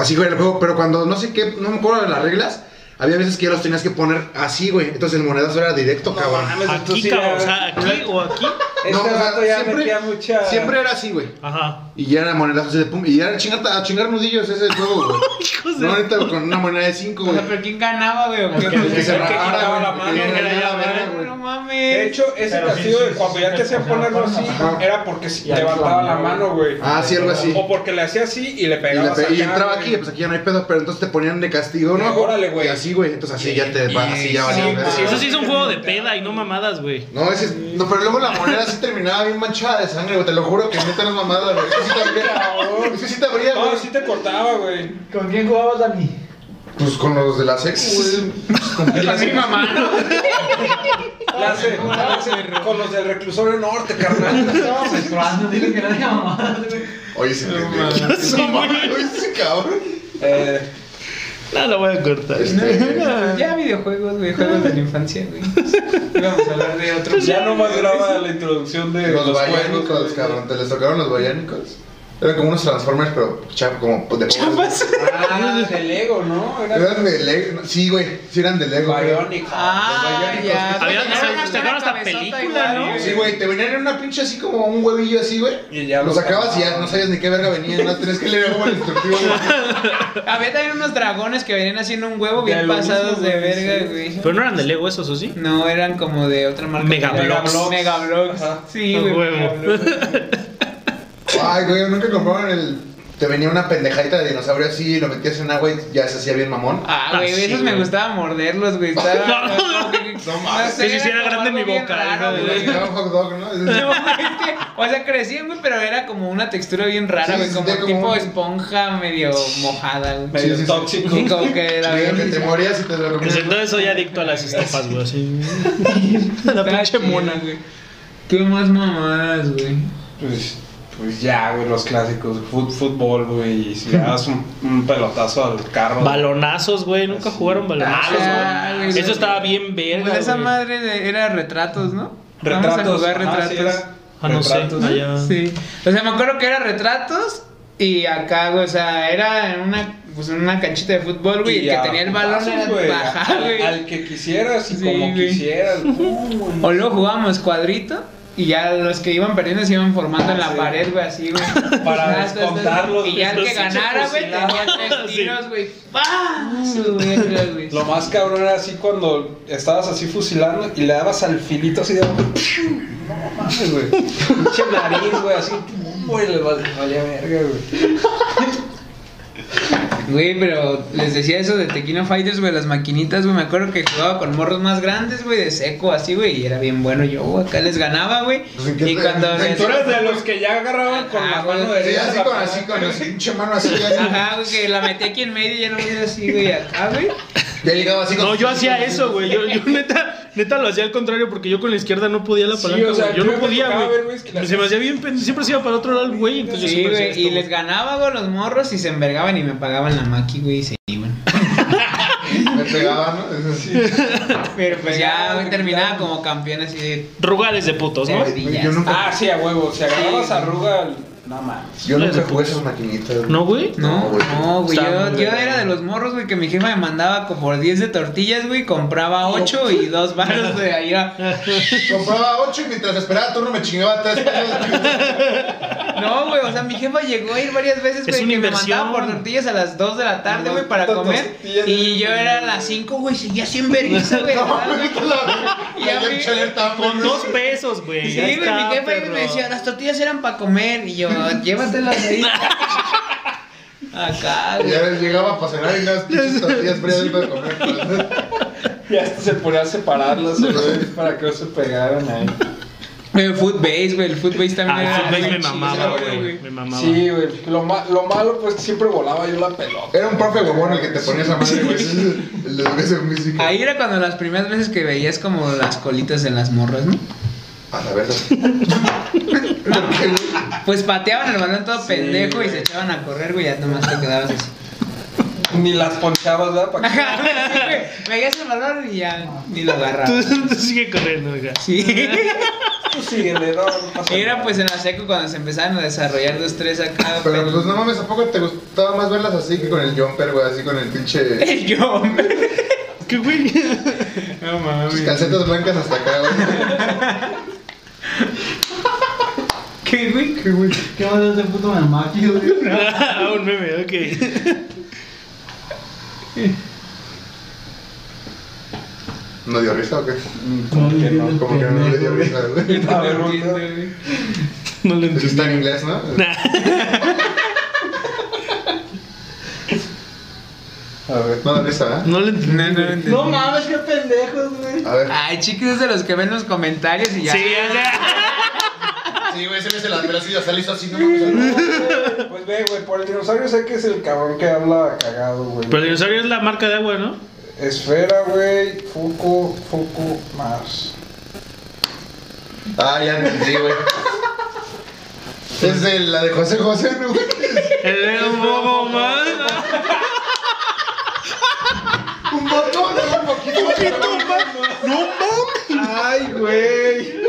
E: Así, güey, el juego. Pero cuando no sé qué, no me acuerdo de las reglas, había veces que ya los tenías que poner así, güey. Ah, Entonces el monedazo era directo,
D: No
E: cabrón.
D: mames, entonces
B: Aquí,
D: pues, sí
B: cabrón.
D: era-
B: O sea, aquí o aquí.
D: Este vato ya metía mucha-
E: siempre era así, güey.
B: Ajá.
E: Y ya era monedazo ese de pum. Y ya era chingar, a chingar nudillos ese juego, güey.
B: Hijos de-
E: no, ahorita con una moneda de 5,
A: O
E: pues, güey.
A: sea, pero ¿quién ganaba, güey? ¿O qué?
D: Que- que
E: se
A: ¿Quién
E: rajara,
D: quitaba
E: Pues "Ah, güey,
D: la mano,
E: que
D: güey.
E: rajara la
B: Verga,
E: verga,
A: No,
E: güey.
A: No mames.
D: De hecho, ese
C: Pero sí,
D: castigo
C: sí,
D: de cuando
C: sí,
D: ya
C: sí,
D: te
C: o
D: hacían
C: sea,
D: ponerlo
C: fuerza,
D: así,
E: ajá.
D: era porque si
C: Y ahí
D: levantaba
C: lo
D: la
C: ponía,
D: mano, güey.
E: Ah, sí, algo así.
D: O porque le hacía así y le
E: Y, le
D: pegabas
E: pe- y
D: acá,
E: entraba
D: güey.
E: aquí, pues aquí ya no hay pedo, pero entonces te ponían de castigo, ¿no?
D: Y órale, güey.
E: Y así, güey. Entonces así ya te va, así ya
D: sí,
E: valía
D: sí,
E: verga.
D: sí.
B: Eso sí es un juego de peda y no mamadas, güey.
E: No, ese es- no, pero luego la moneda sí terminaba bien manchada de sangre, güey. Te lo juro que no te las mamadas, güey. Es que sí te abría. Es que sí te abría, güey.
D: No, Ah, sí te cortaba, güey.
C: ¿Con quién jugabas, Dani?
E: Pues con los de las ex.
A: Con mi mamá, ¿no?
D: Clase, clase con los del reclusorio norte, carnal.
C: No, pues probando, dile que no diga mamadas, güey.
E: Oye, se me
B: Sí, güey.
E: Oye, ese cabrón. Este,
D: Eh,
B: No, lo voy a cortar.
A: Ya videojuegos, güey, juegos de la infancia, güey. Vamos a hablar de otro.
D: ya no más duraba la introducción de
E: Los
D: los
E: bayánicos,
D: juegos.
E: cabrón. ¿Te les tocaron los bayánicos? Eran como unos Transformers, pero cha- como de
A: Chapas.
D: Ah, de Lego, ¿no? Era
E: Eran de Lego. Sí, güey. Sí, eran de Lego. creo.
D: Bionic.
A: Ah,
E: Los
A: ya.
E: bayánicos.
B: Había-
A: Tenía
B: se-
A: una
B: sacaron
A: cara
B: hasta
A: cabezota
B: película,
A: igual,
B: ¿no?
E: Sí, güey, te venían en una pinche así como un huevillo así, güey.
D: Y ya
E: lo
D: lo
E: sacabas y ya
D: sacabas.
E: no sabías ni qué verga venía. No tenías que leer el instructivo, güey.
A: Había también unos dragones que venían haciendo un huevo
D: De
A: bien
D: lo
A: pasados
D: mismo,
A: de
D: güey,
A: verga,
D: sí.
A: güey.
B: Pero no eran de Lego esos, ¿o sí?
A: No, eran como de otra marca.
B: Megablox.
A: Megablox.
D: Ajá.
A: Sí,
B: A
A: güey.
B: huevo.
A: Megablox.
E: Ay, güey, nunca compraron el. Te venía una pendejadita de dinosaurio así y lo metías en agua y ya se hacía bien mamón.
A: Ah, güey,
B: Ah, sí,
A: esos me
B: güey.
A: gustaba morderlos, güey. Estaba,
B: No, no,
A: como que-
E: no mames.
A: sé,
B: Que se hiciera
A: era como
B: grande mi
A: algo bien
B: boca,
A: raro,
B: hijo de
A: Ah, güey.
E: Era un hot dog,
A: No,
E: ¿no?
A: güey, es que, o sea, crecían, güey, pero era como una textura bien
E: Sí,
A: rara, güey,
E: se
A: como
E: sentía como
A: tipo
E: un-
A: esponja medio mojada, güey.
E: Sí, sí,
D: Medio
E: sí.
D: tóxico.
A: Y como que la
E: Digo que
A: verdad
E: te morías y te lo comías.
B: Desde entonces soy adicto a las estofas, güey. así. La
A: estaba
B: pinche
A: chida,
B: mona.
A: güey. ¿Qué más mamadas, güey?
D: Pues, pues ya, güey, los clásicos. Fut, fútbol, güey. Y si le das un, un pelotazo al carro.
B: Balonazos, güey. Nunca jugaron balonazos, güey.
A: Ah, güey,
B: Eso
A: güey.
B: estaba bien verga,
A: Pues esa
B: güey.
A: madre de- era retratos, ¿no?
D: Retratos.
A: Vamos a jugar
D: ajá, sí,
A: retratos. Ah,
D: era
B: Ah, no sé.
D: retratos.
B: allá.
A: Sí. O sea, me acuerdo que era retratos y acá, güey, o sea, era en una, pues, en una canchita de fútbol, güey, y el
D: a
A: que tenía el balón
D: putazos,
A: era
D: güey,
A: baja,
D: al-
A: güey.
D: Al que quisieras y
A: Sí,
D: como
A: güey.
D: quisieras.
A: O luego jugábamos cuadrito y ya los que iban perdiendo se iban formando en la
D: Sí.
A: pared, güey, así, güey. Tras,
D: Para
A: tras, tras.
D: descontarlos,
A: Y ya el
B: los
A: que
B: pinches
A: ganara, güey,
B: fusilados.
A: tenía tres
B: Sí.
A: tiros, güey. ¡Pah! Su verga, güey.
D: Lo más cabrón era así cuando estabas así fusilando y le dabas al filito así de. No mames, güey. Pinche nariz, güey, así. pum, Güey, le val- valía verga, güey.
A: Güey, pero les decía eso de Tequino Fighters, güey, las maquinitas, güey. Me acuerdo que jugaba con morros más grandes, güey, de seco, así, güey, y era bien bueno yo, güey. Acá les ganaba, güey.
E: Pues, ¿en qué
A: Y
E: te-
A: cuando
E: en
A: les.
E: qué
D: Tú eres de los que ya agarraban con
A: Ah,
D: la
A: güey,
D: mano
E: Sí,
D: derecha.
E: así
D: la
E: con
D: mano-
E: así, con la pinche mano así. Ya,
A: Ajá, güey, que la metí aquí en medio y ya no me dio así, güey, acá, güey.
E: ya llegaba así con
B: No, yo hacía ¿eh? eso, güey. Yo, yo neta, neta lo hacía al contrario porque yo con la izquierda no podía la
D: Sí,
B: palanca,
D: o sea,
B: güey. Yo
D: yo
B: no
D: me
B: podía,
D: tocaba ver,
B: güey.
D: güey, es que la-
B: Se me hacía bien, pen- siempre se iba para otro lado, el güey. Entonces
A: Sí,
B: yo siempre
A: güey,
B: hacía
A: y
B: esto,
A: les
B: güey.
A: ganaba, güey, los morros y se envergaban y me pagaban la maqui, güey, y se iban.
E: Me pegaba, ¿no? Es así.
A: Pero pues ya, güey,
D: Ya,
A: terminaba
D: ya.
A: como campeón así de.
B: Rugales de putos, ¿no?
A: Sí.
E: Güey, Yo nunca,
D: Ah, sí, a huevo. Si agarrabas
A: Sí.
D: arruga, no mames.
E: yo nunca jugué esas maquinitas. güey.
B: ¿No, güey?
A: No, no, güey.
B: Estaba
A: Yo,
B: muy
A: yo
B: verga.
A: era de los morros, güey, que mi jefa me mandaba co- por 10 de tortillas, güey, compraba 8 y dos varos de ahí. a-
E: Compraba ocho y mientras esperaba turno me chingaba tres pesos.
A: No, güey, o sea, mi jefa llegó a ir varias veces,
B: Es
A: güey,
B: una
A: que
B: inversión.
A: me mandaba por tortillas a las 2 de la tarde,
D: Nomás
A: güey, para
D: putas
A: comer.
D: tortillas,
A: Y
D: güey.
A: yo era a las 5, güey, seguía sin vergüenza, güey. ¿verdad, güey? Y a mí-
B: Con dos pesos, güey.
A: Sí,
B: ya
A: güey, mi
B: está,
A: jefa
B: perro.
A: me decía, las tortillas eran para comer. Y yo, llévatelas ahí. Acá,
E: Y
A: güey.
E: ahora llegaba para cenar y las pinches tortillas frías iba a comer. pues,
D: Y hasta se ponía a separarlas, güey, para que no se pegaran ahí.
A: El footbase, güey, el footbase también
B: Ah, el
A: era
B: footbase
A: bien
B: me
A: chido,
B: mamaba, güey. Me mamaba.
D: Sí, güey. Lo, ma- lo malo, pues siempre volaba yo la pelota.
E: Era un profe huevón el que te ponía esa madre, güey. El de educación física.
A: Ahí era cuando las primeras veces que veías como las colitas en las morras, ¿no?
E: A la verga. ¿Por qué, güey?
A: Pues pateaban el balón todo
D: Sí,
A: pendejo y
D: güey.
A: se echaban a correr, güey, ya nomás te quedabas así.
D: Ni las ponchabas, ¿verdad? Para que...
A: Ajá, sí, güey, veías el balón y ya ni lo agarrabas.
B: Tú, tú sigue corriendo, güey.
A: Sí.
D: Tú síguele, pues, no, no pasa
A: Y era
D: nada.
A: pues en la seco cuando se empezaban a desarrollar dos, tres acá.
E: Pero pues no mames, ¿a poco te gustaba más verlas así que con el jumper, güey? Así con el pinche.
A: Yo,
B: ¿Qué, güey?
A: No mames.
E: Calcetas blancas hasta acá, güey.
A: ¿Qué, güey?
C: ¿Qué, güey? ¿Qué más es de puto mamaki, güey?
B: Ah, un meme, ok.
E: ¿No dio risa o qué?
C: No,
E: Que
C: yo
E: no,
C: del
E: como que no le dio
C: pendejo,
E: risa, güey.
A: No
D: ver,
A: entiendo, güey.
D: voltea.
B: No lo
E: Eso
B: entendí.
E: está en inglés, ¿no? A ver, no da risa, ¿eh?
B: No lo entendí.
A: No, no lo entendí.
C: No mames, qué pendejos, güey.
E: A ver.
A: Ay, chicos, es de los que ven los comentarios y ya.
B: Sí, ya sea.
E: Sí, güey, se me las velas y ya sale así, no mames.
D: Pues ve, güey, por el dinosaurio sé que es el cabrón que habla cagado, güey.
B: Pero el dinosaurio es la marca de agua, ¿no?
D: Esfera, güey, foco, foco, más.
E: Ah, ya entendí, güey. Es de la de José José, ¿no, güey?
B: El de un poco más.
E: Un poco, no, un poquito.
D: Ay, güey.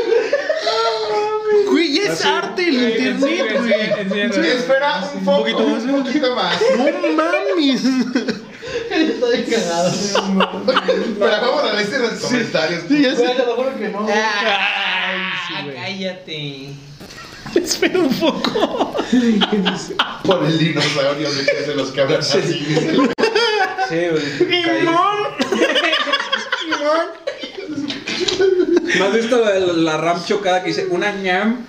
B: Güey, ya es arte el
A: güey,
B: internet,
A: enseña,
B: güey.
A: enseña, enseña.
E: Sí, espera, un poco,
B: poquito más,
E: un poquito más.
B: No mames.
C: Estoy cagado, güey.
E: Pero vamos a leer en los comentarios.
B: Sí, ya
C: Güey,
B: sé.
C: te lo juro que no. güey.
A: Ay,
B: Ay, sí, güey.
A: cállate.
B: Espera un poco.
E: Por el dinosaurio de que es de los que hablan así. dice el-
D: Sí, güey. ¿No has visto la, la ram chocada que dice una ñam?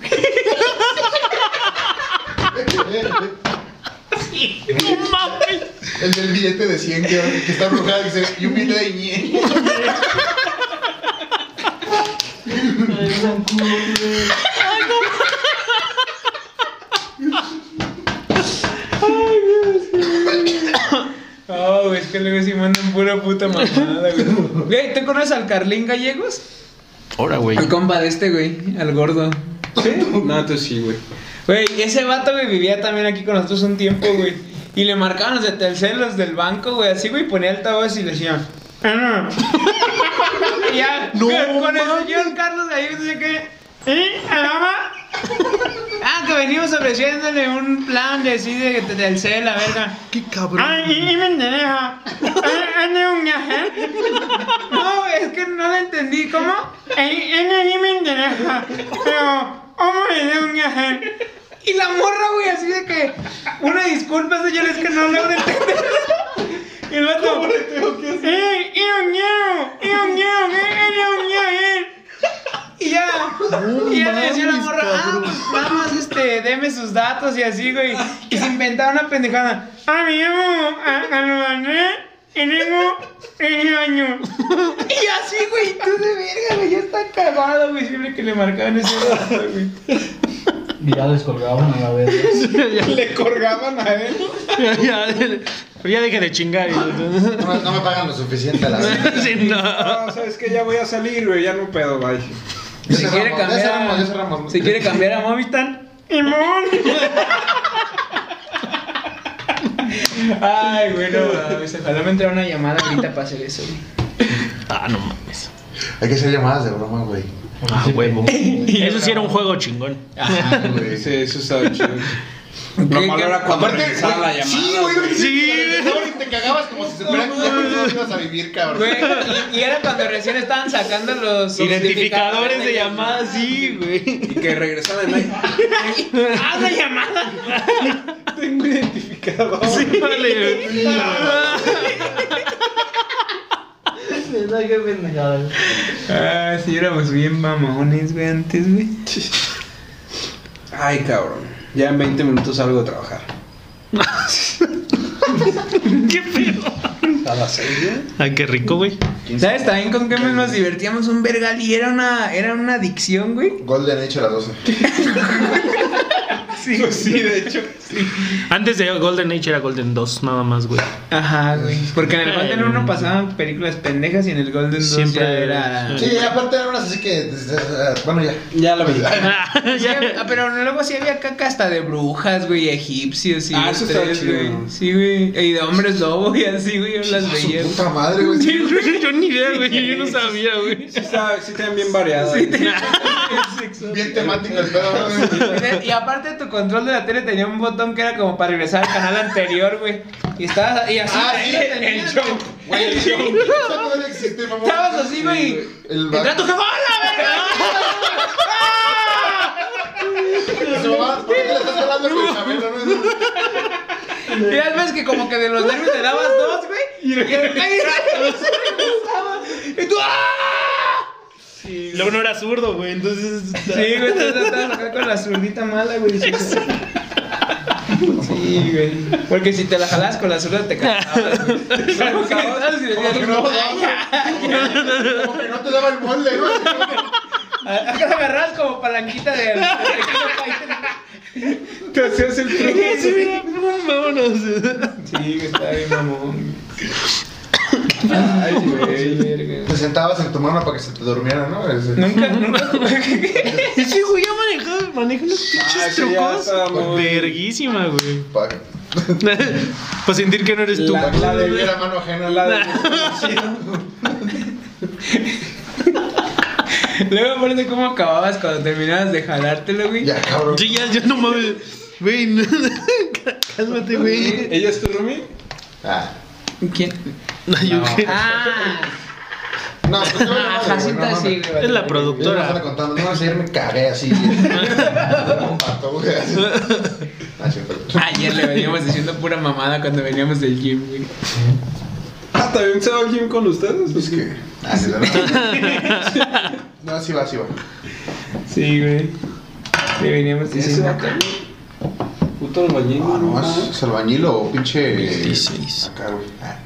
B: No mames.
E: El del billete de 100 que, que está brujado dice, y un billete de ñe.
C: Ay, no, güey.
A: Oh, güey, es que luego sí mandan pura puta mamada, güey. Güey, ¿tú conoces al Carlín Gallegos?
B: Ahora, güey.
A: Al compa de este, güey, al gordo.
D: Sí. No, tú sí, güey.
A: Güey, ese vato, güey, vivía también aquí con nosotros un tiempo, güey. Y le marcaban los de Telcel, los del banco, güey, así, güey, ponía altavoz y le decían... "Ah, no". Y ya,
B: No
A: con, con el
B: mames.
A: señor Carlos Gallegos dice que... ¿Eh? ¿Alama? Ah, que venimos ofreciéndole un plan de sí de Telcel, la verga.
B: Qué cabrón.
A: Ah, y, me interesa. un viaje? No, es que no lo entendí. ¿Cómo? Ay, me interesa. Pero, ¿cómo es un viaje? Y la morra, güey, así de que. Una disculpa, señor, es que no logro entender. Y el vato. ¡Ey! ¡Y un ñeo! ¡Y un ñeo! ¡Y un ñeo! eh, Y ya, y ya le decía la
B: mames,
A: morra, ah,
B: cabrón.
A: pues nada más este, deme sus datos y así, güey. Y se inventaba una pendejada. Ah, me llamo a- Albané y tengo 13 años. Y así, güey, tú de verga, güey, ya está cagado, güey, siempre que le marcaban ese dato, güey.
C: Y ya les colgaban a la vez.
B: Ya,
A: Le colgaban a él.
B: ya, ya, ya deje de chingar. y-
E: No, me- no me pagan lo suficiente a la vez.
B: Sí, no.
D: No, sabes que ya voy a salir, güey, ya no pedo, bye.
E: Ya
A: Si
E: cerramos,
A: quiere
E: Ya
A: cambiar
E: cerramos,
A: a-
E: ya cerramos.
A: Si quiere cambiar a Movistar. ¡Imón! Ay, bueno, ojalá me entrara una llamada ahorita para hacer eso, güey.
B: Ah, no mames.
E: Hay que hacer llamadas de broma, güey.
B: Ah, huevo. Eso sí era un juego chingón.
E: Ajá, güey.
D: Sí, eso está chido. Lo
A: ¿Qué-
D: malo
A: qué-
D: era cuando
E: Aparte,
D: regresaba
E: güey,
D: la llamada.
E: Sí, güey, güey.
B: Sí.
E: Sí, te cagabas como si supieras que ya no ibas a vivir, cabrón.
A: Güey, y, y era cuando recién estaban sacando los
B: Identificadores de llamadas, sí, güey.
D: Y que regresaba en ahí.
A: ¡Ah, una llamada!
D: Tengo identificado.
B: Sí, vale.
C: Neta, qué pendejada. güey.
A: Ah, sí, éramos bien mamones, güey, antes, güey.
D: Ay, cabrón. Ya en 20 minutos salgo a trabajar.
B: Qué pedo.
D: ¿A las 6 ya?
B: Ay, Ah, qué rico, güey.
A: ¿Sabes también con qué nos divertíamos un vergal? Y era una, era una adicción, güey.
E: Golden Age a las 12.
A: Sí, sí, de hecho.
B: Antes de Golden Age era Golden 2, nada más, güey.
A: Ajá, güey. Porque en el Golden 1 pasaban películas pendejas y en el Golden 2
B: Siempre
A: ya era.
E: Sí, aparte eran unas así que. Bueno, ya.
D: Ya la vi.
A: Sí, ah, pero luego sí había caca hasta de brujas, güey, egipcios y
D: Ah, eso está
A: tres,
D: chido.
A: güey. Sí, güey. Y de hombres lobo y así, güey, yo las veía.
E: Su puta madre, güey.
B: Sí, güey, yo ni idea, güey. Yo no sabía, güey.
D: Sí, está, sí están bien variadas.
E: Bien temático el pedo, güey.
A: Y aparte tu control de la tele tenía un botón que era como para regresar al canal anterior, güey. Y estabas y así
E: Ah, sí,
A: tenías-
E: Güey, el show. Eso todavía existe, mamá.
A: Estabas así, güey.
E: El
A: Entra
E: vato.
A: tu jefa, ¡a la verga!
E: se va, ¿por qué le estás hablando con el cabello? No es-
A: Y ya ves que como que de los nervios te dabas dos, güey. Y de repente Y tú ¡ah!
B: Luego no era zurdo, güey, entonces.
A: Sí, güey, te estabas acá con la zurdita mala, güey. Sí, güey. Porque si te la jalas con la zurda te cansabas. güey. Te cansabas y
E: Como que
A: decías, "No,
E: no, no, como que no te daba el molde, güey.
A: Acá lo agarras como palanquita de. Te hacías el truco.
B: Sí, mira, vámonos.
A: Sí, güey, está bien, mamón.
E: Ay, güey.
A: güey.
E: Te sentabas en tu mano para que se te durmiera, ¿no? Ese-
A: Nunca, nunca.
B: Ese güey ya maneja, maneja unos pinches
D: Ah, sí, ya está
B: trucos.
D: muy-
B: Verguísima, güey.
E: pa-
B: Para sentir que no eres tú.
E: La, la de la mano ajena, la de...
A: Luego aparte cómo acababas cuando terminabas de jalártelo, güey.
E: Ya, cabrón.
B: Sí, ya, ya no mames. Güey, no. cálmate, güey.
D: ¿Ella es tu roomie?
E: Ah.
A: ¿Quién?
B: Yo qué-
A: Ah,
E: No, pues te vale
A: ah,
E: madre,
A: Jacinta
E: güey, no,
A: sí,
E: no.
A: güey.
B: Es la
E: Yo no
B: productora.
E: estaba contando, no, ayer me cagué así. Como un pato, güey. así. Ah, sí, pero-
A: Ayer le veníamos diciendo pura mamada cuando veníamos del gym, güey.
D: Ah, ¿también se va al gym con ustedes?
E: Es que. Ah, sí, la- No, sí va, sí va.
A: Sí, güey. Le veníamos
D: Sí, se va
A: diciendo.
D: también. Puto albañil.
E: No, no, es,
D: mames.
E: es albañil o pinche.
B: 16.
E: Acá, güey. Ah.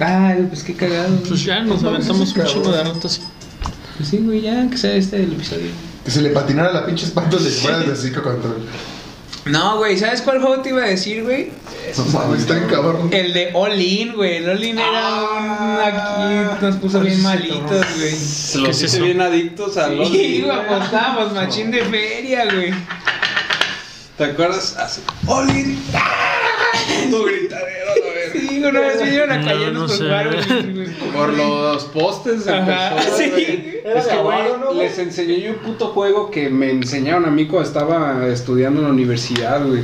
A: Ah, pues qué cagado. güey.
B: Pues ya nos aventamos un chingo de ratos.
A: Pues sí, güey, ya que sea este el episodio.
E: Que se le patinara la pinche espalda de fuera del hocico contra el.
A: No, güey, ¿sabes cuál juego te iba a decir, güey?
E: No mames, está en cabrón.
A: El de All In, güey. El All In era un. Aquí nos puso bien malitos, güey.
D: Se los
B: es
D: hice
B: eso?
D: bien adictos al los
A: Sí, güey, apostábamos machín de feria, güey.
D: ¿Te acuerdas? Así. ¡Oli! ¡Ah! Tu gritadero, la verga.
A: Sí, una vez vinieron a
B: No,
A: callarnos
B: no
A: por
B: sé.
A: jugar All In, güey.
D: Por los postes
A: Ajá,
D: empezó.
A: sí.
D: güey.
C: Era
D: Es
C: de
D: que, güey,
C: abado, ¿no, güey?
D: les enseñé yo un puto juego que me enseñaron a mí cuando estaba estudiando en la universidad, güey.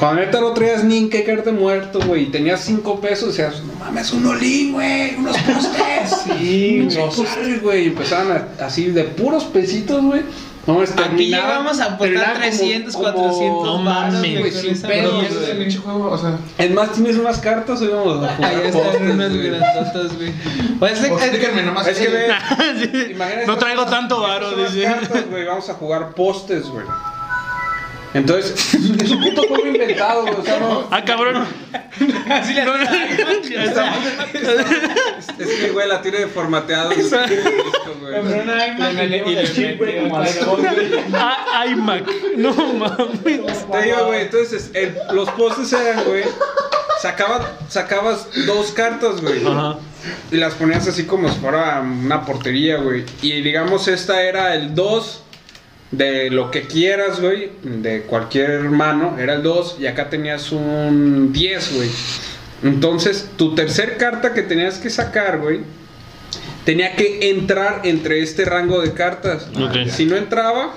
D: Cuando neta no traías ni en qué quedarte muerto, güey. Y tenías cinco pesos, decías, no mames, un olín, güey, unos postes. sí, rosal, güey. Y empezaban a- así de puros pesitos, güey. No, es
A: Aquí llegamos a aportar 300, 400 varos,
B: no mames,
A: güey,
D: güey,
A: con
D: sin
A: esa
D: pedos,
A: mierda,
D: güey.
A: güey.
E: pinche juego, o sea.
D: Es más, tienes unas cartas, hoy vamos a jugar.
A: Allá
D: postes,
A: están unas
D: güey.
A: grandotas, güey. Pues, O es de-
E: Explíquenme nomás.
D: Es que ve,
B: Sí.
D: Imagínate
B: No
D: estas-
B: traigo tanto varo,
D: estas son
B: dice.
D: las cartas, güey, vamos a jugar postes, güey. Entonces, es un puto juego inventado, güey. O sea, no.
B: Ah, cabrón.
A: Así le
B: No, no.
D: Es que, güey, la tiene de formateado. güey. Listo, güey.
A: Cabrón, ay, man, y le metió el balón.
B: Ah, iMac. No mames.
D: Te digo, güey, entonces el- los postes eran, güey. sacaba- sacabas dos cartas, güey.
B: Ajá.
D: Y las ponías así como si fuera una portería, güey. Y digamos, esta era el 2 de lo que quieras, güey. De cualquier mano, era el 2. Y acá tenías un 10, güey. Entonces, tu tercer carta que tenías que sacar, güey. Tenía que entrar entre este rango de cartas.
B: Ok.
D: Si no entraba,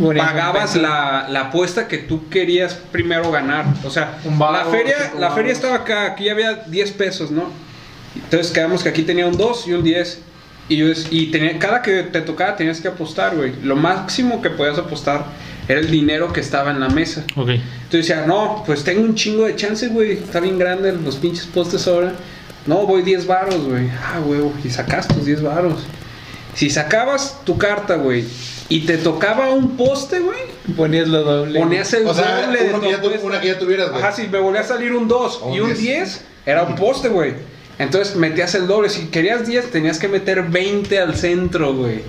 A: Moría
D: pagabas
A: con
D: la, la apuesta que tú querías primero ganar. O sea,
A: Un vago,
D: la feria,
A: cinco
D: la feria
A: vagos.
D: estaba acá, aquí había 10 pesos, ¿no? Entonces quedamos que aquí tenía un 2 y un 10. Y, yo es- y tenía, cada que te tocaba tenías que apostar, güey. Lo máximo que podías apostar era el dinero que estaba en la mesa.
B: Ok.
D: Entonces decía, no, pues tengo un chingo de chances, güey. Está bien grande los pinches postes ahora. No, voy 10 varos, güey. Ah, huevo. Y sacas tus 10 varos. Si sacabas tu carta, güey, y te tocaba un poste, güey,
A: pena. Ponías lo doble.
D: ponías el
E: O sea,
D: doble de
E: uno que ya
D: tu
E: tu-
D: apuesta.
E: una que ya tuvieras, güey.
D: Ajá, si me volvía a salir un 2
E: O un
D: y un
E: diez.
D: 10, era un poste, güey. Entonces metías el doble. Si querías 10, tenías que meter 20 al centro, güey.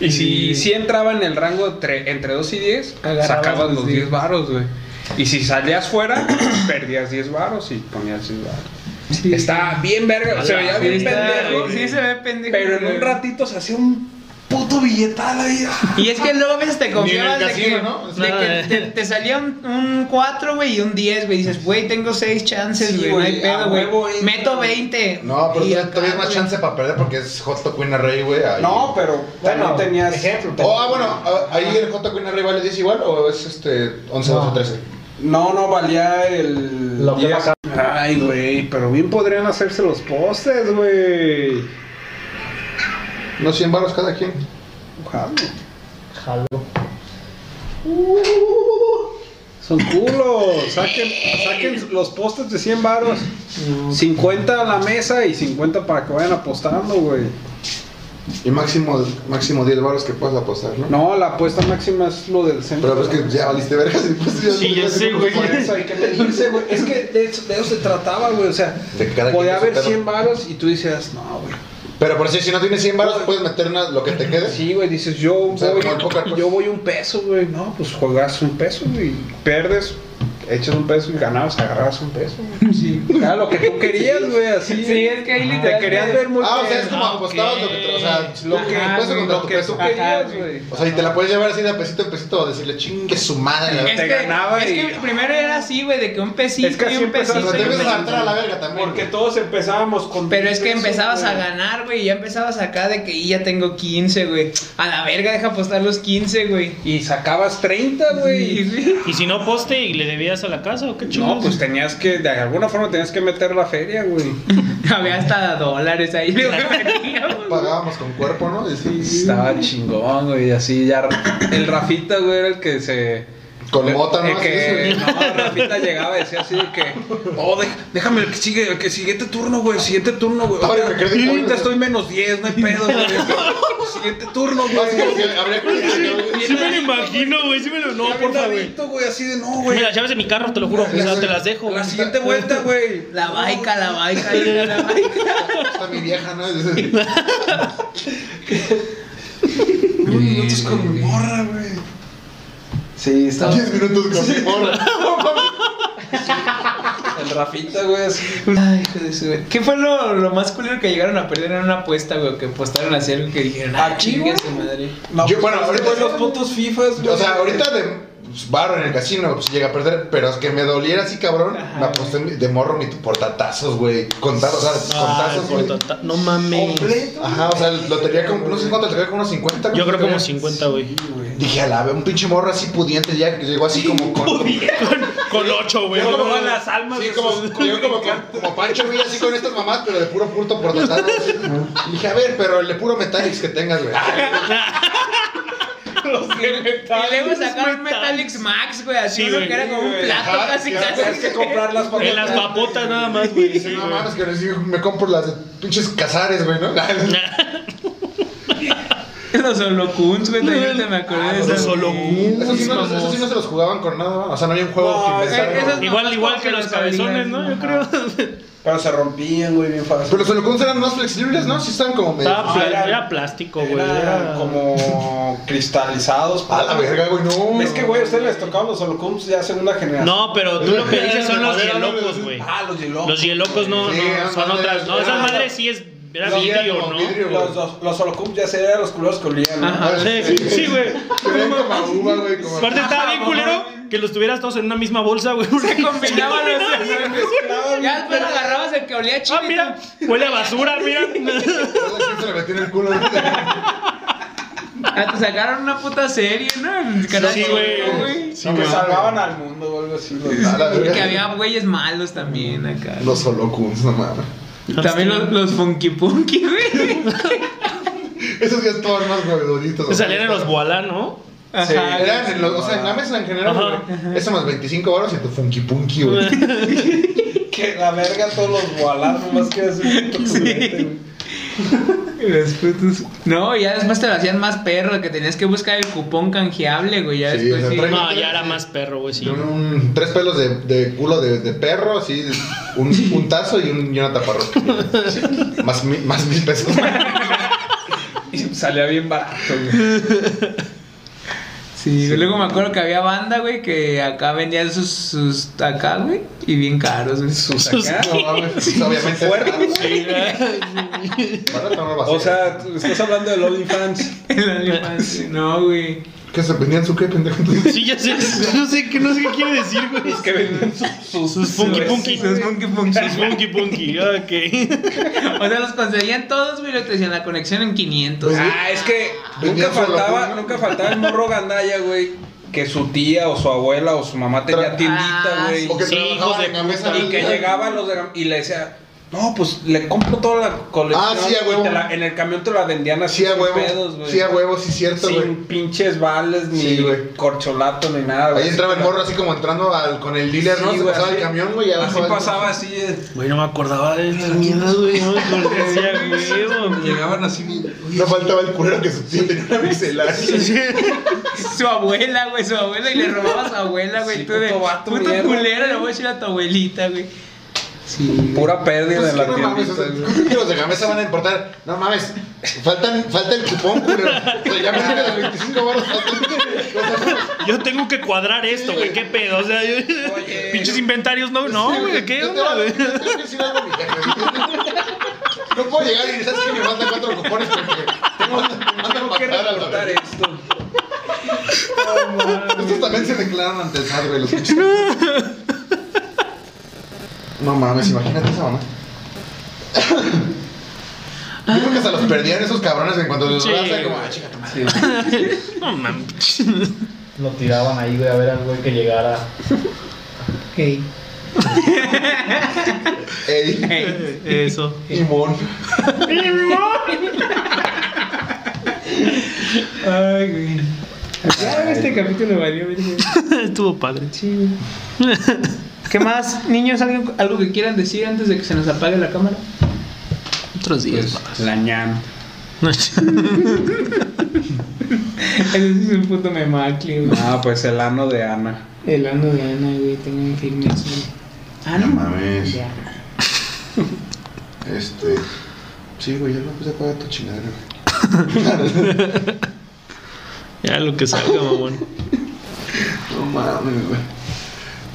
D: Y si,
A: Y-
D: si entraba en el rango tre- entre 2 y 10,
A: Agarrabas
D: sacabas
A: los
D: los 10
A: diez.
D: varos, güey. Y si salías fuera, perdías 10 varos y ponías 10 varos.
A: Sí.
D: Está bien verga, se
B: A la
D: veía
A: Sí,
D: bien
A: está-
D: pendejo.
A: Sí, se ve pendejo.
D: Pero en
A: güey.
D: un ratito se hacía un puto billetal ahí.
A: Y es que luego a veces te confiabas
E: Ni en el
A: de
E: casino,
A: que,
E: ¿no?
A: de
B: No,
A: que
B: eh.
A: te, te salía un- un 4, güey, y un 10, güey. Dices, güey, tengo 6 chances,
D: Sí,
A: güey, no hay
D: güey, a
A: pedo,
D: huevo
A: güey.
D: entra.
A: Meto 20.
E: No, pero
A: Y
E: todavía-
A: acá,
E: todavía es más
A: güey.
E: chance para perder porque es Joto Queen Rey, güey. ahí.
D: No, pero también
C: Bueno,
D: tenías.
C: ejemplo.
E: Oh, ah, bueno, ah, ahí el Joto Queen Rey vale 10 igual o es este 11, 12 o 13.
D: No, no valía el.
C: Lo que
D: diez.
C: pasa-
D: Ay, güey, pero bien podrían hacerse los postes, güey.
E: No 100 baros cada quien.
D: Ojalá.
C: Jalo.
D: Son culos. Saquen, saquen los postes de 100 varos. 50 a la mesa y 50 para que vayan apostando, güey.
E: Y máximo, máximo 10 baros que puedas apostar, ¿no?
D: No, la apuesta máxima es lo del centro.
E: Pero pues que ya valiste vergas y pues ya...
B: Sí, ya sé, güey.
D: Por eso hay que medirse, güey. Es que de eso, de eso se trataba, güey. O sea,
E: De cada quien
D: podía
E: de su
D: haber
E: pedo.
D: 100 varos y tú decías, no, güey.
E: Pero por eso, si no tienes 100 baros, puedes meter una- lo que te quede.
D: Sí, güey, dices, yo
E: sea,
D: voy,
E: como el póker, pues.
D: yo voy un peso, güey. No, pues juegas un peso, güey. Perdes, echas un peso y ganabas, agarras un peso. güey. Era lo que tú querías, güey, así.
A: Sí, es que ahí
D: Te
A: literal
D: querías
A: te-
D: ver muy
E: Ah, o sea,
D: bien.
E: es como
B: Ah,
E: apostabas
B: ok.
E: lo que te... O sea,
D: Lo que,
E: puedes
A: güey,
E: encontrar
D: lo
E: tu
D: que
E: peso.
D: tú
A: Ajá,
D: querías,
A: güey.
D: güey.
E: O sea, y te la puedes llevar así de pesito en pesito o decirle chingue su madre. la
A: Es
E: verga.
D: te
A: que,
D: ganaba
A: es
D: y-
A: que primero era así, güey, de que un pesito
D: Es que
A: y
D: así
A: un pesito.
D: empezaba,
E: O sea,
A: y
E: te
A: un
E: empiezas a
A: pesito.
E: saltar a la verga también.
D: Porque
E: güey.
D: todos empezábamos con.
A: Pero es que
D: eso,
A: empezabas a
D: güey.
A: ganar, güey, y ya empezabas acá de que y ya tengo 15, güey. A la verga, deja apostar los 15, güey.
D: Y sacabas 30, güey.
A: Sí.
B: ¿Y si no poste y le debías a la casa o qué chingados?
D: No, pues tenías que, de alguna forma tenías que meter la feria, güey.
A: Había hasta dólares ahí. güey, metíamos, güey.
E: Pagábamos con cuerpo, ¿no? Y así,
D: Estaba chingón, güey, así ya. El Rafita, güey, era el que se.
E: Con mota, ¿no?
D: el que,
E: Así,
D: no, Rafita llegaba y decía así de que. Oh, dej- déjame el que sigue, el que siguiente turno, güey, el siguiente turno, güey.
E: Ahora me
D: Ahorita,
E: quedé-
D: ahorita estoy menos 10, no hay pedo, güey. Siguiente turno,
E: Más que
D: güey.
E: así, habría que-
B: Sí me lo imagino, güey. Sí me lo... No,
D: Ya
B: porfa, güey.
D: aventadito, güey, así de no,
B: Mira,
D: güey.
B: las llaves de mi carro, te lo juro. O sea, te las dejo.
D: La siguiente vuelta, güey.
A: La baica, la baica, y la baica.
E: Está mi vieja, ¿no? Unos minutos con mi morra, güey.
D: Sí, estaba.
E: 10 minutos con mi morra.
D: El Rafita, güey, así.
A: Ay, hijo de su- güey. ¿Qué fue lo, lo más culero que llegaron a perder en una apuesta, güey? Que apostaron así algo que dijeron, ah,
D: Aquí,
A: chingue
D: güey.
A: su madre.
D: No,
E: Yo, bueno,
D: pues,
E: ahorita
D: güey, los
E: sí.
D: putos FIFAs, güey.
E: O sea, ahorita de pues, barro en el casino, pues llega a perder, pero es que me doliera así, cabrón. Me aposté mi- de morro mi portatazos, güey. Con tazos, o sea, con
B: Ah,
E: tazos, güey.
B: puta, No mames.
D: Completo.
E: Ajá, o sea, lotería con, no sé cuánto, lotería con unos 50.
B: Yo creo como
E: lotería.
B: 50, güey.
E: Dije, a la vez, un pinche morro así pudiente ya, que llegó así como con...
B: Con 8, güey.
E: Llegó como-
B: Con las almas.
E: Sí,
B: de
E: como,
B: sus-
E: llegó como, como Pancho Villa así con estas mamás, pero de puro purto portatazos. Y Dije, a ver, pero el de puro Metallics que tengas, güey.
A: Y luego sacaron un Metallics Max, güey, así
B: Sí,
A: uno
B: güey.
A: que era como un plato
E: Ajá,
A: casi,
E: sí,
A: casi.
D: Tienes que comprar las papas.
B: En las papotas nada más, güey.
E: Dice,
B: Sí,
E: no
B: güey.
E: mames, que les digo, me compro las de pinches cazares, güey, ¿no?
A: Los holocuns, güey, también ahorita me acordé de
B: los
A: esas.
B: holocuns.
E: Esos sí, no, esos sí no se los jugaban con nada, o sea, no había un juego que
D: No,
E: inventaron.
A: eh, esos-
B: Igual, igual que los cabezones, ¿no? Yo creo.
E: Pues,
D: Pero se rompían, güey, bien fácil.
E: Pero los holocuns eran más flexibles, ¿no? Sí estaban como medio...
B: Estaba
E: A
B: pla-
D: era-
B: Era plástico, güey.
D: Eran
B: Era
D: como cristalizados. pues.
E: la verga, güey, no.
D: Es que, güey, a ustedes les tocaban los holocums ya segunda generación.
B: No, pero tú lo que dices son los
E: Madera, ¿no?
B: hielocos, güey.
D: Ah, los de
B: Los hielocos no,
E: Sí,
B: no,
E: eran
B: son
E: madres,
B: otras. No, esas
E: eran-
B: madres sí es. Era
E: Sí, era
B: vidrio,
E: como
B: ¿no?
E: vidrio.
D: Los, los, los holocums ya se eran los culeros que olían. ¿no?
A: Ajá.
B: Sí, sí, güey.
E: Se veían como a uva, güey, como...
B: Aparte estaba bien culero que los tuvieras todos en una misma bolsa, güey.
A: Se combinaban los.
D: Mezclaban,
A: Ya después agarrabas el que olía chido.
B: Ah, mira, huele a basura, mira.
E: Se le metió en el culo. ahorita.
A: Hasta sacaron una puta serie, ¿no? En Canal
B: Sí,
A: cinco,
B: güey.
D: como que salvaban al mundo o algo así. güey.
E: A la verga.
A: Que había güeyes malos también acá.
E: Los holocuns, no mames.
A: También los, los funky punky, güey.
E: Esos ya estaban más huevoditos. o sea,
B: Salían en los
E: estaban-
B: boalá, ¿no?
D: Sí.
A: Ajá.
E: Eran en los, o sea, en la mesa en general,
B: Ajá.
E: güey. Eso más 25 horas y tu funky punky, güey.
D: Que la verga todos los gualar, nomás que es un puto juguete, güey.
A: Los putos- No, ya después te lo hacían más perro, que tenías que buscar el cupón canjeable, güey. Ya
E: Sí,
A: después
E: o sea,
A: sí.
E: trae-
B: No, ya era más perro, güey, sí.
E: Un- un- tres pelos de, de culo de, de perro, así, un, un tazo y, un, y una taparrosca. Más, mi- más mil pesos.
D: Y salía bien barato, güey.
A: Sí, güey, luego me acuerdo que había banda, güey, que acá vendían sus, sus acá, güey, y bien caros, güey.
D: Sus
B: Sus-
D: acá.
E: No mames, pues, obviamente.
D: Fuerte,
E: Barato no va a
D: O
E: ser.
D: sea, tú estás hablando del OnlyFans.
A: El OnlyFans, no, güey.
E: ¿qué se vendían su qué, pendejo?
B: Sí, ya sé, no sé, qué- no sé qué quiere decir, güey.
D: Que vendían sus,
B: Sus funky punky.
A: Sus funky punky.
B: Sus funky punky, ok.
A: O sea, los conseguían todos, güey, y luego te decían la conexión en 500.
E: Pues
D: Ah, es que
E: Vendía
D: nunca
E: solo
D: faltaba,
E: puro.
D: nunca faltaba el morro gandaya, güey. Que su tía o su abuela o su mamá tenía
E: Tra-
D: tiendita,
A: Ah,
D: güey.
E: O que
B: Sí,
E: trabajaban
B: hijos de
E: en la mesa
D: Y que
E: del-
D: llegaban los de gam- y le decía, No, pues le compro toda la colección.
E: Ah, sí, a
D: y
E: huevo.
D: te la- en el camión te la vendían así.
E: Sí, a
D: sin
E: huevo.
D: pedos, güey.
E: Sí, a huevo, sí, cierto,
D: Sin
E: güey.
D: pinches vales, ni
E: Sí, güey.
D: corcholato, ni nada,
E: Ahí
D: güey.
E: entraba el
D: Pero-
E: morro así como entrando al, con el dealer, ¿no?
D: Sí,
E: Se
D: güey,
E: pasaba
D: así-
E: el camión, güey. y
D: Así
E: abajo-
D: pasaba así. eh,
B: Güey, no me acordaba de estas mierdas, güey. No me acordaba, güey.
D: Llegaban así.
E: No faltaba el culero que su tío tenía una micelar.
A: Su abuela, güey, su abuela, y le robaba a su abuela, güey.
D: Sí,
A: tú de
D: puto vato,
A: puto
D: mierda".
A: culero, le voy a decir a tu abuelita, güey. Sí.
D: Pura pérdida
E: Pues
D: de
E: es
D: la
E: que no mames, o sea,
D: tiendita, güey.
E: ¿cuántos kilos de cabeza van a importar? No mames, faltan, falta el cupón, culero. O sea, ya me dije los 25 baros. faltan. O sea,
B: Yo tengo que cuadrar esto, güey. ¿Qué pedo? O sea, yo-
D: Oye.
B: pinches inventarios, no, no, güey. ¿Qué
E: Yo te
B: onda,
E: voy
B: güey?
E: a- yo tengo que decir algo a mi jefe. No puedo llegar y decir, ¿sabes que me faltan cuatro cupones? Porque tengo
D: Tengo que
E: que
D: reportar eh. esto.
E: Estos también se declaran ante el SAT, güey, los pinches. No mames, imagínate esa mamá. Yo creo que hasta los perdían esos cabrones en cuanto los
B: Sí.
E: lanzan, como, ah, chica, tu madre.
B: No mames.
C: Lo tiraban ahí, güey, a ver al güey que llegara.
A: Ey.
E: Ey,
A: Ey.
B: Eso.
E: Imón.
A: Ay, güey. Ya, güey, este capítulo valió, verga.
B: Estuvo padre.
A: Sí, güey. ¿Qué más, niños? ¿Algo, algo que quieran decir antes de que se nos apague la cámara?
B: Otros días,
D: Pues, la ñam.
B: más.
A: Ese sí es un puto memacli, güey.
D: Ah, pues el ano de Ana.
A: El ano de Ana, güey, tengo un firme aquí. Ah, no
E: mames.
A: Ya.
E: Este. Sí, güey, ya no puse a pagar tu chingadera, güey.
B: Ya lo que salga, mamón.
E: No mames, güey.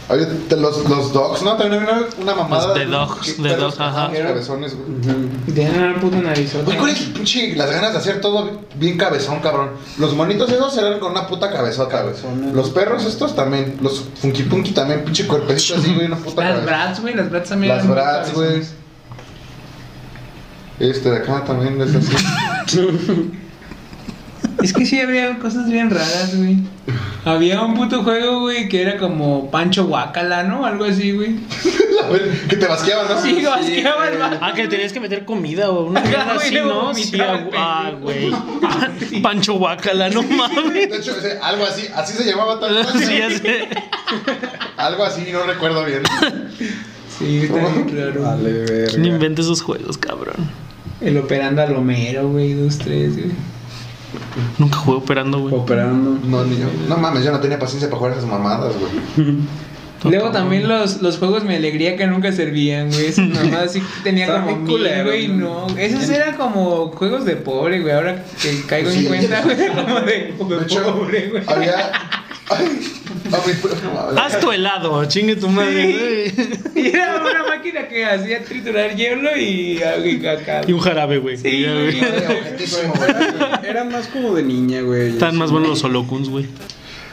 E: Oye, te- los, los dogs, ¿no? También había una, una mamada.
B: Los de
E: de
B: dogs,
E: que-
B: de
E: perros
B: dogs,
E: con
B: ajá.
E: unos Cabezones, güey. Pues,
A: De Ana, puto narizón.
E: Güey, ¿cuál es el pinche? Las ganas de hacer todo bien cabezón, cabrón. Los monitos esos eran con una puta cabezota, güey.
D: Cabezona.
E: Los perros estos también. Los funky punky también, pinche cuerpecito así, güey, una puta
A: Las
E: cabeza.
A: brats, güey, las brats también.
E: Las
A: eran muy
E: brats, güey.
A: cabezones.
E: Este de acá también es así.
A: Es que sí había cosas bien raras, güey. Había un puto juego, güey, que era como Pancho Guacala, ¿no? Algo así, güey.
E: A ver, que te basqueaban, ¿no?
A: Sí, basqueaba el vato.
B: Ah, que tenías que meter comida o una
A: Ajá,
B: mierda
A: güey,
B: así,
A: le
B: ¿no? Sí,
A: vomitaba
B: ah,
A: el
B: ah, güey.
A: pendejo.
B: Pancho Guacala, no mames.
E: De hecho, ese- algo así, así se llamaba tal cual.
B: Sí, ya sé.
E: Algo así, no recuerdo bien.
A: Sí, está bien claro.
D: Vale, verga.
B: No inventes esos juegos, cabrón.
A: El operando al Homero, güey, dos, tres, güey.
B: Nunca jugué operando, güey.
D: Operando.
E: No, ni yo. No mames, yo no tenía paciencia para jugar esas mamadas, güey.
A: Luego también los, los juegos Me Alegría que nunca servían, güey. Esas mamadas sí tenía
D: Estaban
A: como
D: bien
A: mil,
D: culeros,
A: güey, no.
D: ¿no?
A: Esos eran como juegos de pobre, güey. Ahora que caigo en
E: Sí.
A: cuenta, güey, como de,
E: De
A: de
E: hecho,
A: pobre, güey.
E: había. Ay, a mi- no mames.
B: Haz tu helado, Ah, chingue tu madre. güey.
A: Y era una máquina que hacía triturar hielo y, y cacao.
B: Y un jarabe, güey.
A: Sí,
B: Ya, güey.
A: güey.
E: Ay, objetísimo, güey.
D: Era más como de niña, güey.
B: Están más buenos los holocuns, güey.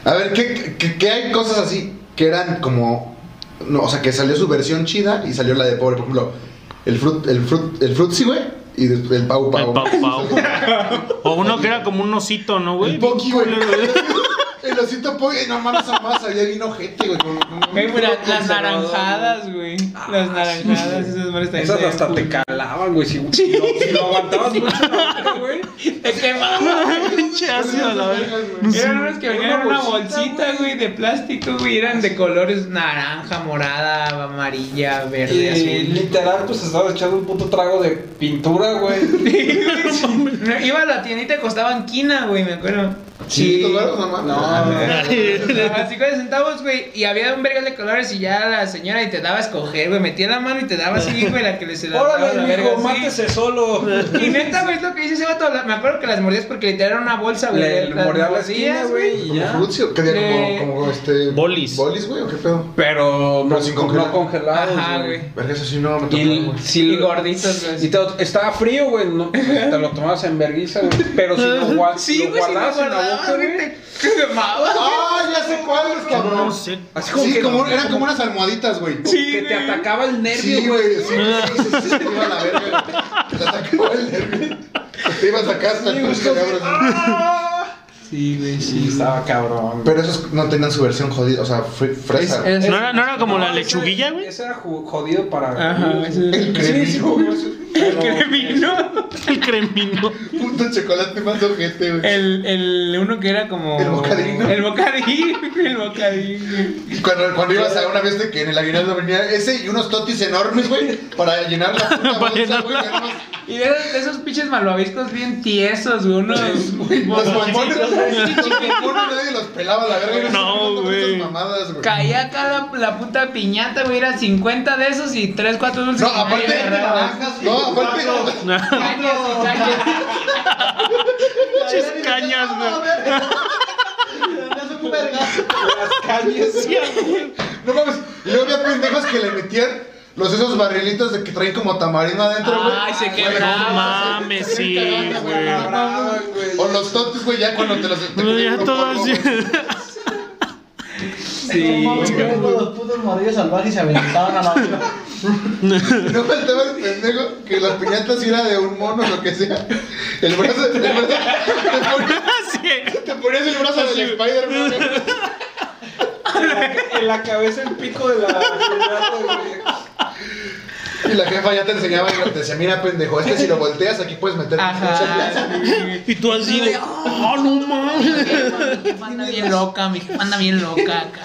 E: A ver, ¿qué, qué, qué hay cosas así que eran como. No, o sea, que salió su versión chida y salió la de pobre? Por ejemplo, el Fruit, el fruit, el fruit sí, güey. Y después el Pau Pau.
B: El Pau Pau. O uno que era como un osito, ¿no, güey?
E: El Pocky,
B: Bien
E: güey.
B: culero, ¿eh?
E: El osito Pau. eh, No mames, esa más había bien ojete, güey. con- con-
A: Güey, pero
E: con-
A: las naranjadas, güey. Las naranjadas, esas madres también.
D: Esas
A: estaban
D: hasta te
A: culeras.
D: calaban, güey. Si, si lo, si lo aguantabas mucho, la otra, güey.
A: Te quemaba.
B: güey. Pinche ácido, la verdad.
A: Eran unos que venían en una bolsita, güey, de plástico, güey. Eran de colores naranja, morada, amarilla,
D: Y
A: verde, azul.
D: literal, pues estabas echando un puto trago de pintura, güey.
A: No, Iba a la tiendita y costaban quina, güey, me acuerdo.
E: Sí, claro, no mames.
D: No,
A: Ajá, 50 centavos, güey. Y había un verga de colores y ya la señora y te daba a escoger, güey. Metía la mano y te daba así, güey, la que le se la daba la
D: Órale, mijo,
A: sí.
D: mátese solo.
A: Y neta, güey, es lo que dice ese vato. la- Me acuerdo que las mordías porque literal era una bolsa, güey.
D: Le
A: Las
D: mordía la
A: mordías,
D: esquina, güey, y
E: Como
D: ya.
E: Fruit, sí, o que había
A: Eh,
E: como, como este.
B: bolis.
E: Bolis, güey, o qué pedo.
D: Pero,
E: Pero
D: no,
E: sin
D: con-
E: congelar.
D: no congelados,
A: Ajá, güey.
E: Verga, eso sí no me tocó,
D: Y, el-
E: güey.
D: si
A: Y
D: lo-
A: gorditos, güey.
D: Y te, estaba frío, güey. No, Pues, te lo tomabas en vergüenza, güey. Pero si lo, gua-
A: Sí,
D: lo
A: güey, si lo
D: guardabas en la
A: guardabas,
D: boca,
A: güey,
D: güey.
A: te quemabas.
E: ¡Ah, ya sé cuáles, cabrón!
B: No sé.
D: Así como
E: Sí,
D: que,
E: como, eran como unas almohaditas, güey.
A: Sí,
D: que te
A: güey.
D: atacaba el nervio,
E: Sí,
D: güey.
E: güey. Sí, sí, sí, sí, te iba a la verga. güey. Te atacaba el nervio. Te ibas a casa.
D: Sí, justo,
E: cabrón.
D: ¡Ah!
A: Sí, güey,
D: Sí,
A: sí.
D: estaba cabrón.
E: Pero esos no tenían su versión jodida, o sea, fre- fresa.
A: Es- es-
B: No era, no era como
D: No,
B: la
D: ese-
B: lechuguilla, güey.
D: Ese era ju- jodido para.
A: Ajá, eso es.
E: El cremino.
A: El cremino.
B: El cremino.
E: Punto chocolate más urgente, güey.
A: El, el uno que era como.
E: El bocadillo.
A: El bocadillo, el bocadillo.
E: Y Cuando, cuando ibas a una fiesta que en el aguinaldo venía ese y unos totis enormes, güey, para llenar la puta
B: Para
E: bolsa,
B: llenar
E: güey.
B: la-
E: que eran unos-
A: Y de esos, de esos pinches malvaviscos bien tiesos, güey. Unos.
E: Los bombones,
A: bombocitos,
E: güey,
A: así,
E: los
A: chiquitos.
E: bombones nadie los pelaba, la verga. y
B: No,
E: estaban dando
B: güey.
E: esas mamadas, güey.
A: Caía acá la, la puta piñata, güey. Eran 50 de esos y 3, 4 dulces.
E: No,
A: que nadie
E: aparte- este
A: agarraba.
E: No, aparte.
A: Cañas y cañas.
B: Muchas cañas, güey.
D: Las calles.
E: No mames. Y luego había pendejos que le metían los esos barrilitos de que traen como tamarindo adentro, güey.
A: Ay, se
E: Güey,
A: quebraba.
E: no
B: Mames, sí, güey.
D: Cabrón, güey.
E: O los totis, güey, ya cuando te los. te
B: No,
E: ponen
B: ya
E: un
B: todo
E: polvo,
B: así.
E: güey.
A: Sí, güey.
C: Los putos morrillos salvajes y se aventaban a la boca.
E: No faltaba el pendejo que la piñata si era de un mono o lo que sea. El brazo. El brazo
B: Sí.
E: te ponías el brazo del Spider-Man. güey.
D: En la- En la cabeza el pico de la. del gato, güey.
E: Y la jefa ya te enseñaba y te decía, mira pendejo, este si lo volteas aquí puedes meter.
A: Ajá.
B: Y tú así de. ¡Ah, no mames!
A: Anda bien loca, mi jefa anda bien loca acá.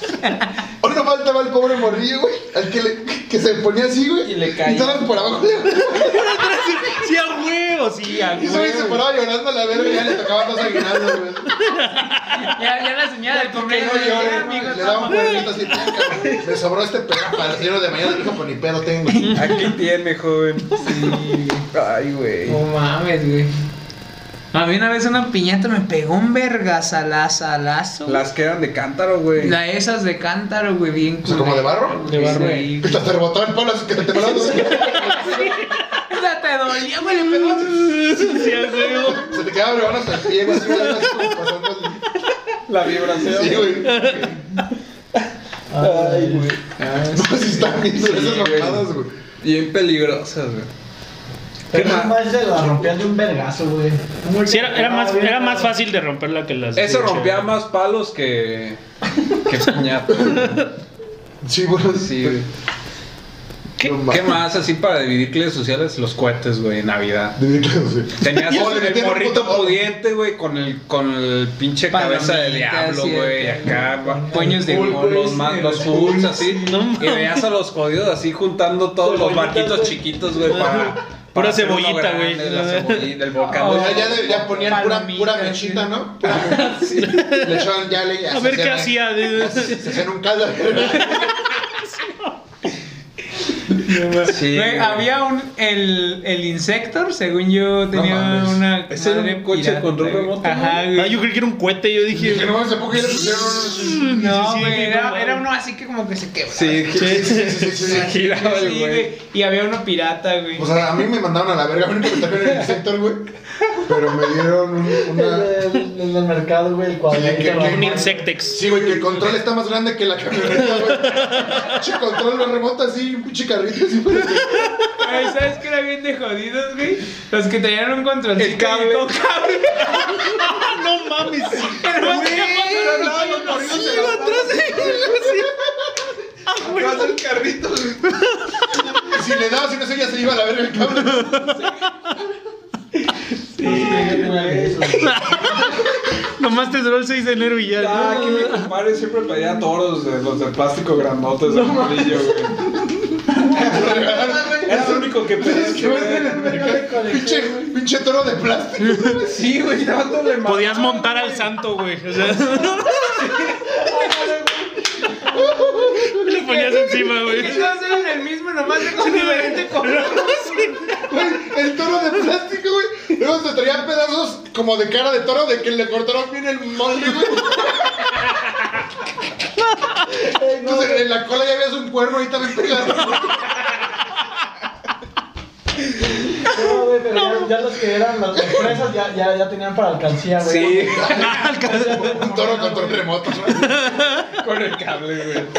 E: O no faltaba el pobre morrillo, güey, al que, le, que se ponía así, güey.
D: Y le caía.
E: estaban por abajo. güey.
B: Sí, a huevo, sí, a
E: Y ese güey se
B: huevo.
E: paraba llorando a la verga y ya le tocaban dos aguinaldos, güey.
A: Ya, ya la señora del cumpleaños
D: no
A: le dice,
D: llores,
A: "Amigo,
E: Le
A: toma".
E: daban cuadritos así, "Tenga, me sobró este pedazo para el cielo de mañana, dijo, pues ni pedo tengo.
D: Aquí tiene, joven. Sí. Ay, güey.
A: No mames, güey. A mí una vez una piñata me pegó un vergasalazo.
D: Las que eran de cántaro, güey.
A: La esas de cántaro, güey, bien
E: O sea, como de barro.
A: De
D: barro.
E: Y te rebotó el polo, así que te peló. Se
A: Esa te dolía, güey, le pegó.
B: Sí, a huevo.
E: te quedaba bregando hasta el pie, güey, así, güey, así como pasando el-
D: La vibración.
E: Sí, güey.
D: Ay, güey.
E: No, sí están bien duras
D: Sí,
E: esas
D: güey.
E: mamadas, güey.
D: Bien peligrosas, güey.
C: Pero
D: más?
C: más mal se la rompían de un vergazo, güey. Muy
B: Sí, era, era más,
C: bien,
B: era más
C: güey.
B: fácil de romperla que las.
D: Eso
B: de-
D: rompía más palos que. que piñata.
E: Sí, bueno,
D: Sí, güey.
E: ¿Qué,
D: ¿Qué más? Así para dividir clases sociales, los cohetes, güey, en Navidad. Tenías
E: Y eso que
D: el
E: tiene
D: morrito
E: puto-
D: pudiente, güey, con el, con el pinche cabeza de
A: Palomitas,
D: diablo,
A: sí,
D: güey,
A: acá,
D: acá,
A: con
D: va, puños de
A: pulpos,
D: gol, los, ma-
A: eh,
D: los fulls, así,
B: No
D: y veías a los jodidos así juntando todos los
C: Cebollitas,
D: barquitos
C: güey.
D: chiquitos, güey, para...
B: Pura
D: para hacer uno
B: cebollita, güey.
D: grande, La cebollita, el volcán. de-
E: Ah, O sea, ya, de- ya ponían pura,
A: Palomitas,
E: pura
A: sí.
E: mechita, ¿no? Pura mechita. Le echaban ya le
B: A ver qué hacía. de-
E: Se hacían un caldo.
A: Güey,
D: Sí, güey.
A: había un. El, el Insector, según yo, tenía
E: mames.
A: una.
D: Ese era un
A: madre
D: coche
A: pirata,
D: con
A: güey.
D: remoto,
A: Ajá, güey.
B: Ah, yo creí que era un cohete. Yo
E: Y que
B: dije.
E: no mames, ¿a poco ya le pusieron unos-
A: No,
B: Sí, sí,
A: güey,
B: sí, no
A: era,
B: mames.
A: era uno así que como que se quebraba.
D: Sí,
E: Sí, sí, sí, sí, sí.
D: se giraba el
A: Sí,
D: güey.
A: güey, Y había uno pirata, güey.
E: O sea, a mí me mandaron a la verga, a mí me metieron en el sector, güey. Pero me dieron un- una.
C: El- el- En el mercado, güey, el
E: Sí, que-
C: cuadradito.
E: que-
B: Un
C: güey.
B: insectex.
E: Sí, güey, que el control está más grande que la camioneta, güey. Pinche control lo rebota así, un pinche carrito así. pero-
A: Ay, ¿sabes qué era bien de jodidos, güey? Los que tenían un controlcito
D: El cable.
A: y todo cable.
B: Ah, no mames.
A: Pero más que
D: Pero no, los morridos se
B: Iba
D: las
B: atrás de
A: Ah,
D: Atrás del carrito, güey.
E: Si le daba, si no sé, ya se iba a la verga el cable.
B: Nomás te duró el 6 de enero y ya.
D: Ah, que mi compadre siempre pedía toros de los de plástico grandotes de amarillo, güey. Era el único que pedía. ese, güey.
E: Pinche, pinche toro de plástico.
D: Sí, güey, estaba todo le mamaba,
B: Podías montar al
D: güey.
B: santo, güey. O sea. Le ponías encima, güey.
A: que todos eran el mismo, nomás de con diferente color.
E: Güey, el toro de plástico, güey. Luego se traían pedazos como de cara de toro de que le cortaron bien el molde, güey. Entonces en la cola ya veías un cuerno ahí también pegado.
C: No, güey, pero ya- ya los que eran las empresas ya, ya, ya tenían para alcancía, güey.
D: Sí,
E: Un toro control remoto, güey.
D: con el cable, güey.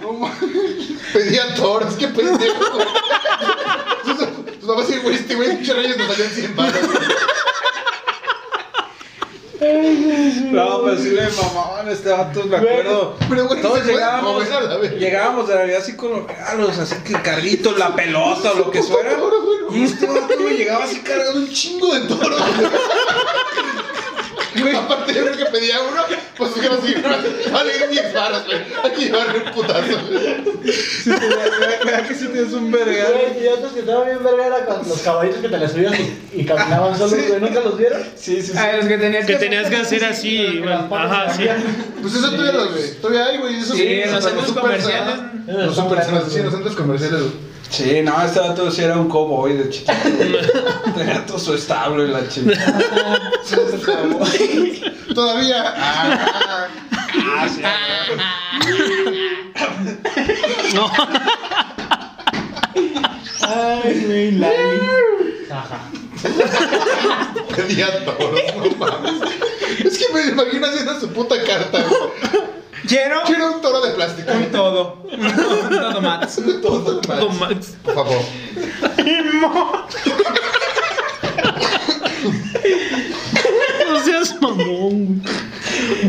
E: No mames. Pedía toros, qué pendejo. güey. Sus- Sus papás decían, güey, este güey, pinche reyes nos salían 100 balas.
D: No, pero sí le mamaban a este vato, me acuerdo.
E: Pero, güey,
D: Todos
E: se puede
D: llegábamos,
E: mover a la verga.
D: llegábamos de Navidad así con los regalos, así que carritos, la pelota, lo que fuera.
E: Toro, güey.
D: Y este vato güey, llegaba así cargando un
E: Chingo de toro.
D: Güey.
E: Aparte yo creo que pedía uno, pues que los iban a leer 10 barras, güey. Hay que llevarle un putazo, güey.
D: chingo. Vea que si tienes un vergal.
C: Güey, y otros que estaban bien verga era con los caballitos que te les subían y, y caminaban solos, güey. ¿Nunca los vieron?
D: Sí, sí, sí.
A: A los que tenías
B: Que tenías que hacer
C: Sí,
B: así.
C: que
B: bueno,
C: las patas
B: ajá, sí.
C: se
E: Pues eso todavía lo güey. Todavía hay, güey. Eso
A: Sí, en los centros
E: super-
A: comerciales.
E: ajá. Los super sí, en los centros comerciales, güey.
D: Sí, no, este vato sí era un cowboy de chiquito. Tenía todo su establo y la chingada.
E: Todavía. Ah,
D: Ah, sí, güey.
B: No.
C: Ay, güey, la Ajá.
E: pedía toros, no mames. Es que me imagino haciendo su puta carta, güey.
A: Quiero
E: Quiero un toro de plástico.
A: un todo. Un todo, un todo Max.
E: Un toro de
B: Con
E: plástico.
B: Max.
E: Por favor.
B: No seas mamón,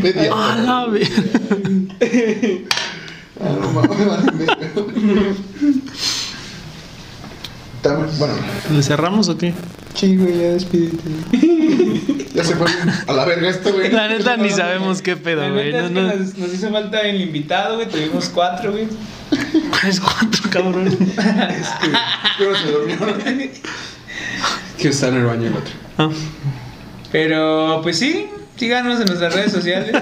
B: güey.
E: Pedía.
B: A la ver-
E: No mames. Tam- Bueno,
B: ¿Le cerramos o qué?
A: Sí, güey, ya despídete.
E: ya se fue a la verga esto, güey.
B: La neta ni sabemos qué pedo,
A: La
B: güey.
A: neta es
B: No,
A: que
B: no.
A: nos, nos hizo falta el invitado, güey. Tuvimos cuatro, güey.
B: ¿Cuáles cuatro, cabrón?
E: Pero se durmió.
D: Que está en el baño el otro.
B: Ah.
A: Pero, pues sí, síganos en nuestras redes sociales.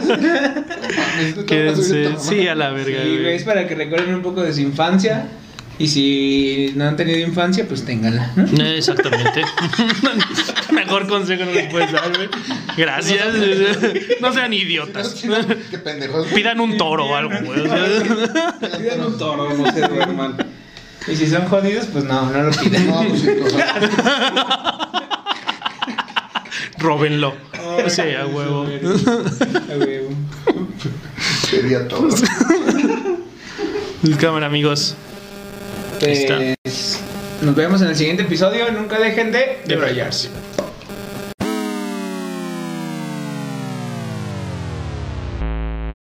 B: Quédense. Sí, a la verga,
A: Sí, güey,
B: güey.
A: es para que recuerden un poco de su infancia. Y si no han tenido infancia, pues ténganla, ¿no?
B: Eh, Exactamente. Mejor consejo no les puedes dar, güey. Gracias. No sean idiotas.
E: Qué pendejos.
B: Pidan un toro o algo, güey. O sea,
D: Pidan un toro, no se duerman.
A: Y si son jodidos, pues no, no lo piden.
E: No, pues sí, o sea,
B: Róbenlo. Sí, a huevo.
A: A huevo.
E: pedía toros.
B: Cámara, amigos. Ahí está.
D: Este,
A: Pues, nos vemos en el siguiente episodio. Nunca dejen de
B: De
A: debrayarse.